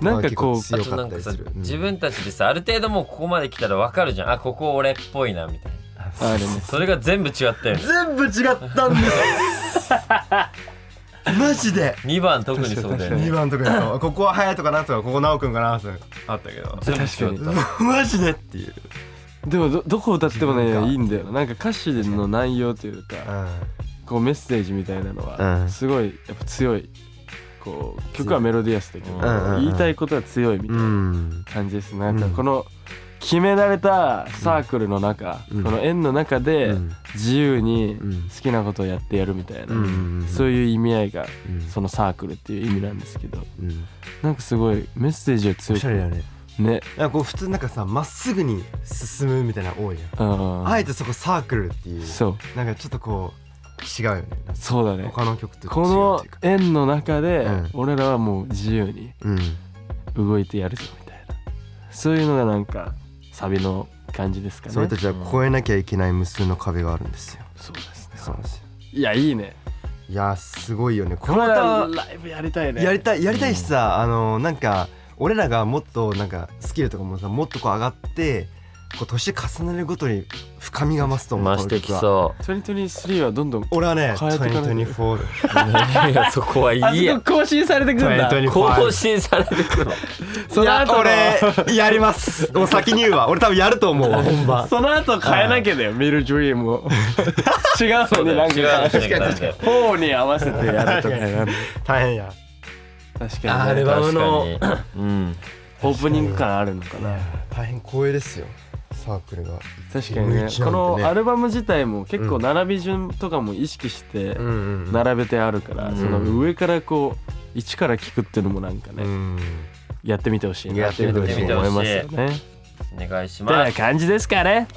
[SPEAKER 2] う
[SPEAKER 3] なんかこう
[SPEAKER 2] 結構強
[SPEAKER 1] あと
[SPEAKER 2] か
[SPEAKER 1] な
[SPEAKER 2] っ
[SPEAKER 1] ん
[SPEAKER 2] た
[SPEAKER 1] か
[SPEAKER 2] り
[SPEAKER 1] さ
[SPEAKER 2] するうん
[SPEAKER 1] 自分たちでさある程度もうここまで来たら分かるじゃんあここ俺っぽいなみたいな
[SPEAKER 3] あるね
[SPEAKER 1] それが全部違ったよ ね
[SPEAKER 2] 全部違ったんです マジで
[SPEAKER 1] 2番特にそうだよ
[SPEAKER 2] 2
[SPEAKER 1] ね
[SPEAKER 2] 番とかやろ ここは隼人かなとかここ直くんかなとかあったけど
[SPEAKER 1] 全部違った
[SPEAKER 2] マジでっていう
[SPEAKER 3] でもどどこを歌っても
[SPEAKER 2] 自分か
[SPEAKER 3] ねいいんだよななんか歌詞の内容という
[SPEAKER 2] う
[SPEAKER 3] か
[SPEAKER 2] ん
[SPEAKER 3] こうメッセージみたいなの
[SPEAKER 2] う
[SPEAKER 3] は
[SPEAKER 2] ん
[SPEAKER 3] すごいやっぱ強いこう曲はメロディアスだけど
[SPEAKER 1] うん
[SPEAKER 2] うんうん
[SPEAKER 3] 言いたいことは強いみたいな
[SPEAKER 2] うん
[SPEAKER 3] 感じですねなん
[SPEAKER 2] う
[SPEAKER 3] か
[SPEAKER 2] ん
[SPEAKER 3] この決められたサークルの中、
[SPEAKER 2] うん
[SPEAKER 3] この円の中で
[SPEAKER 2] うん
[SPEAKER 3] 自由に
[SPEAKER 2] うん
[SPEAKER 3] 好きなことをやってやるみたい
[SPEAKER 2] う
[SPEAKER 3] な、
[SPEAKER 2] んうんうん
[SPEAKER 3] そういう意味合いが
[SPEAKER 2] うん
[SPEAKER 3] そのサークルっていう意味なんですけど
[SPEAKER 2] うん
[SPEAKER 3] なんかすごいメッセージを
[SPEAKER 2] お
[SPEAKER 3] 強
[SPEAKER 2] しゃ
[SPEAKER 3] く
[SPEAKER 2] れだよね
[SPEAKER 3] ね
[SPEAKER 2] なんかこう普通なんかさまっすぐに進むみたいなの多いやん
[SPEAKER 3] うん
[SPEAKER 2] あえてそこサークルっていう
[SPEAKER 3] そう
[SPEAKER 2] なんかちょっとこう違うよねなんか
[SPEAKER 3] そうだね
[SPEAKER 2] 他の曲と違う
[SPEAKER 3] この
[SPEAKER 2] っていうか
[SPEAKER 3] 円の中で
[SPEAKER 2] うん
[SPEAKER 3] 俺らはもう自由に
[SPEAKER 2] うん
[SPEAKER 3] 動いてやるぞみたいなそういうのがなんかサビの感じですかね
[SPEAKER 2] それたちは越えなきゃいけない無数の壁があるんですよ
[SPEAKER 3] そうですね
[SPEAKER 2] そうなんですよ
[SPEAKER 3] いやいいね
[SPEAKER 2] いやすごいよねこ
[SPEAKER 3] こ
[SPEAKER 2] の
[SPEAKER 3] れは
[SPEAKER 2] 歌
[SPEAKER 3] ライブやりたいね
[SPEAKER 2] やりたいやりたいしさ、あのなんか俺らがもっとなんかスキルとかもさもっとこう上がってこう年重ねるごとに深みが増すと思う
[SPEAKER 1] 増してき
[SPEAKER 2] この曲は
[SPEAKER 1] そ
[SPEAKER 3] 2023はどんどん
[SPEAKER 2] 俺はね
[SPEAKER 3] 変えてかない
[SPEAKER 2] 2024
[SPEAKER 1] ういやそこはいいや
[SPEAKER 3] こ更新されてく
[SPEAKER 2] 2025
[SPEAKER 1] 更新され てくの
[SPEAKER 3] その後の
[SPEAKER 2] 俺やり ますもう先に言うわ俺多分やると思うわ本番
[SPEAKER 3] その後変えなきゃだよミルドリー ムを違う
[SPEAKER 1] そう
[SPEAKER 3] のに
[SPEAKER 1] だよ
[SPEAKER 3] なんか
[SPEAKER 1] 違う話
[SPEAKER 3] フ
[SPEAKER 1] になる んだよ
[SPEAKER 3] ォーに合わせてやるとかやる
[SPEAKER 2] 大変や
[SPEAKER 3] 確
[SPEAKER 2] あ
[SPEAKER 3] か
[SPEAKER 2] ー
[SPEAKER 3] に
[SPEAKER 2] れ
[SPEAKER 3] ね
[SPEAKER 2] は
[SPEAKER 1] 確かにうん
[SPEAKER 3] オープニング感あるのかな
[SPEAKER 2] 大変光栄ですよサークルが
[SPEAKER 3] 確かにね
[SPEAKER 2] 向いちゃ
[SPEAKER 3] こ
[SPEAKER 2] うんでね
[SPEAKER 3] のアルバム自体も結構並び順とかも意識して
[SPEAKER 2] うんうん
[SPEAKER 3] 並べてあるから、
[SPEAKER 1] うん
[SPEAKER 3] その上からこう一から聞くっていうのもなんかね、
[SPEAKER 2] うん
[SPEAKER 3] やってみてほしいなっていうふうに思いますよね。
[SPEAKER 1] お願いし
[SPEAKER 3] て
[SPEAKER 1] ま
[SPEAKER 3] な
[SPEAKER 1] す
[SPEAKER 3] 感じですかね。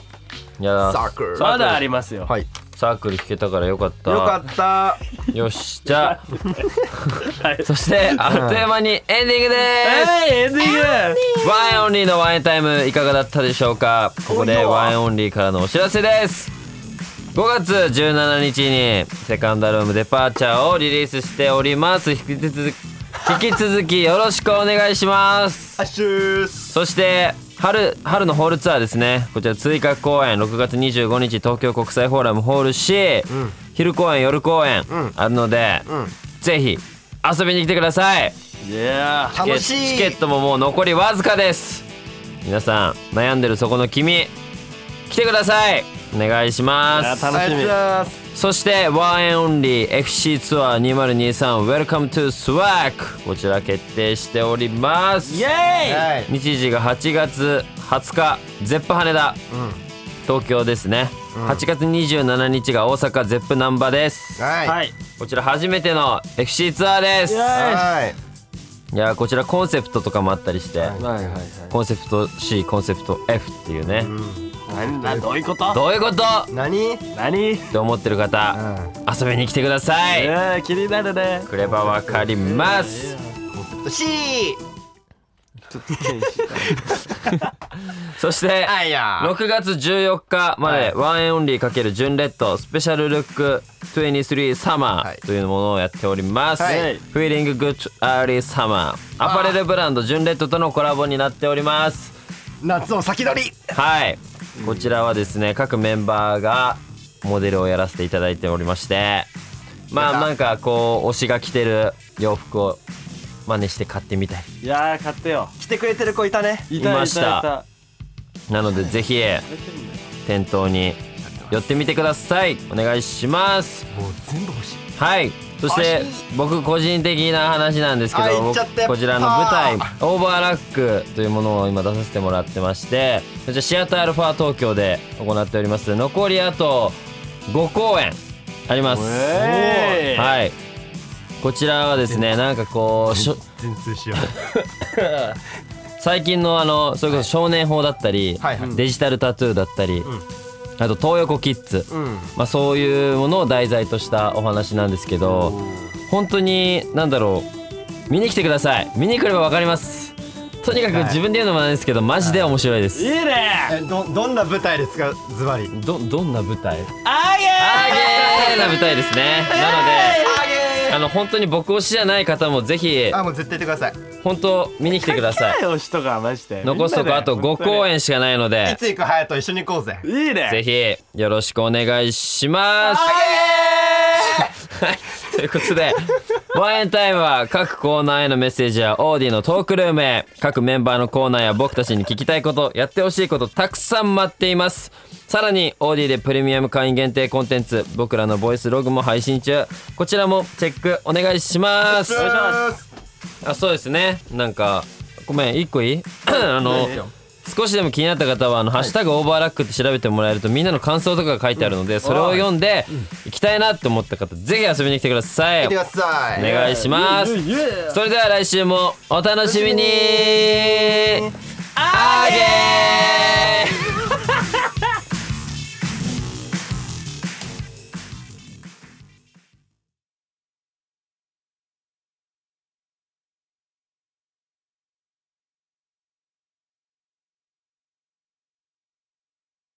[SPEAKER 1] いや
[SPEAKER 2] サークル
[SPEAKER 3] まだありますよ。
[SPEAKER 2] はいよ
[SPEAKER 1] サークル弾けたからよかった
[SPEAKER 2] かった
[SPEAKER 1] よしじ ゃあそしてあっという間にエンディングでーす
[SPEAKER 3] はい、エンディング
[SPEAKER 1] ワンエンオンリーのワインタイムいかがだったでしょうかここでワンエンオンリーからのお知らせです5月17日にセカンダルームデパーチャーをリリースしております引き続き引き続きよろしくお願いします
[SPEAKER 2] アッシュース
[SPEAKER 1] そして春春のホールツアーですねこちら追加公演6月25日東京国際フォーラムホール C、
[SPEAKER 2] ん
[SPEAKER 1] 昼公演夜公演
[SPEAKER 2] ん
[SPEAKER 1] あるので、
[SPEAKER 2] ん
[SPEAKER 1] ぜひ遊びに来てください
[SPEAKER 3] いや
[SPEAKER 1] チケ
[SPEAKER 2] 楽しい
[SPEAKER 1] チケットももう残りわずかです皆さん悩んでるそこの君来てくださいお願いしま
[SPEAKER 3] いや
[SPEAKER 1] す
[SPEAKER 3] 楽しみ
[SPEAKER 2] ありがとうございます
[SPEAKER 1] そしてワンエンオンリー FC ツアー2023 Welcome to SWAC こちら決定しております
[SPEAKER 3] イエーイ
[SPEAKER 2] はい
[SPEAKER 1] 日時が8月20日ゼップ羽田
[SPEAKER 2] うん
[SPEAKER 1] 東京ですね、8月27日が大阪ゼップ難波です
[SPEAKER 2] はい
[SPEAKER 3] はいい。
[SPEAKER 1] こちら初めての FC ツアーです
[SPEAKER 3] イエー
[SPEAKER 2] はい
[SPEAKER 1] いやーこちらコンセプトとかもあったりして、
[SPEAKER 3] はいはいはい。
[SPEAKER 1] コンセプト C コンセプト F っていうね、
[SPEAKER 3] なんだどういうこと
[SPEAKER 1] どういうこと
[SPEAKER 2] 何
[SPEAKER 3] 何
[SPEAKER 1] って思ってる方、遊びに来てください、
[SPEAKER 3] や気になるね。
[SPEAKER 1] くればわかります、
[SPEAKER 2] うん C
[SPEAKER 3] ちょっとテンション
[SPEAKER 1] そして
[SPEAKER 2] いや
[SPEAKER 1] 6月14日までワンエンオンリー×純レッドスペシャルルック23サマ
[SPEAKER 2] はい
[SPEAKER 1] ーというものをやっております、
[SPEAKER 2] はい
[SPEAKER 1] フィーリンググッドアーリーサマーアパレルブランド純レッドとのコラボになっております
[SPEAKER 2] 夏の先取り
[SPEAKER 1] はいこちらはですね各メンバーがモデルをやらせていただいておりましてまあなんかこう推しが着てる洋服を真似して買ってみたり
[SPEAKER 3] いやー買ってよ。
[SPEAKER 2] 来てくれてる子いたね
[SPEAKER 3] い
[SPEAKER 1] いました。なのでぜひ
[SPEAKER 3] いたいた
[SPEAKER 1] 店頭に寄ってみてくださいお願いします
[SPEAKER 2] もう全部欲しい
[SPEAKER 1] はいそして
[SPEAKER 2] 惜
[SPEAKER 1] 僕個人的な話なんですけ
[SPEAKER 2] あ
[SPEAKER 1] ど
[SPEAKER 2] 言っちゃっ
[SPEAKER 1] 僕
[SPEAKER 2] て
[SPEAKER 1] こちらの舞台
[SPEAKER 2] あ
[SPEAKER 1] 「オーバーラック」というものを今出させてもらってましてこちらシアターアルファ東京で行っております残りあと5公演あります、
[SPEAKER 3] えー
[SPEAKER 1] はいこちらはですねなんかこうしょ
[SPEAKER 2] 全通しよう
[SPEAKER 1] 最近のあのそれこそ少年法だったり、
[SPEAKER 2] はいはい
[SPEAKER 1] デジタルタトゥーだったり、
[SPEAKER 2] ん
[SPEAKER 1] あと東横キッズ、
[SPEAKER 2] うん
[SPEAKER 1] まあ、そういうものを題材としたお話なんですけど本当に何だろう見に来てください見に来れば分かりますとにかく自分で言うのもなんですけどマジで面白いです、
[SPEAKER 3] いいね。
[SPEAKER 2] えどどんな舞台ですかズバリ
[SPEAKER 1] どどんな舞台
[SPEAKER 3] あげ
[SPEAKER 1] あげ
[SPEAKER 3] ー。
[SPEAKER 1] ーな舞台ですねなのであの本当に僕推しじゃない方もぜひ
[SPEAKER 2] あもう絶対言ってください
[SPEAKER 1] 本当見に来てください
[SPEAKER 3] よしとかマジで。
[SPEAKER 1] 残すとこあと5公演しかないの
[SPEAKER 2] い
[SPEAKER 1] で
[SPEAKER 2] つ行く隼人一緒に行こうぜ
[SPEAKER 3] いいね。
[SPEAKER 1] ぜひよろしくお願いしますはい、 ということで、ワインタイムは各コーナーへのメッセージやオーディのトークルームへ、各メンバーのコーナーや僕たちに聞きたいこと、やってほしいこと、たくさん待っています。さらに、オーディでプレミアム会員限定コンテンツ、僕らのボイスログも配信中。こちらもチェックお願いします。あ、そうですね。なんか、ごめん、一個いいあの、少しでも気になった方は、あの、ハッシュタグオーバーラックって調べてもらえると、みんなの感想とかが書いてあるので、それを読んで、行きたいなって思った方、ぜひ遊びに来てください。
[SPEAKER 2] 見てく
[SPEAKER 1] お
[SPEAKER 2] ださい
[SPEAKER 1] 願いします。それでは来週もお楽しみにあげー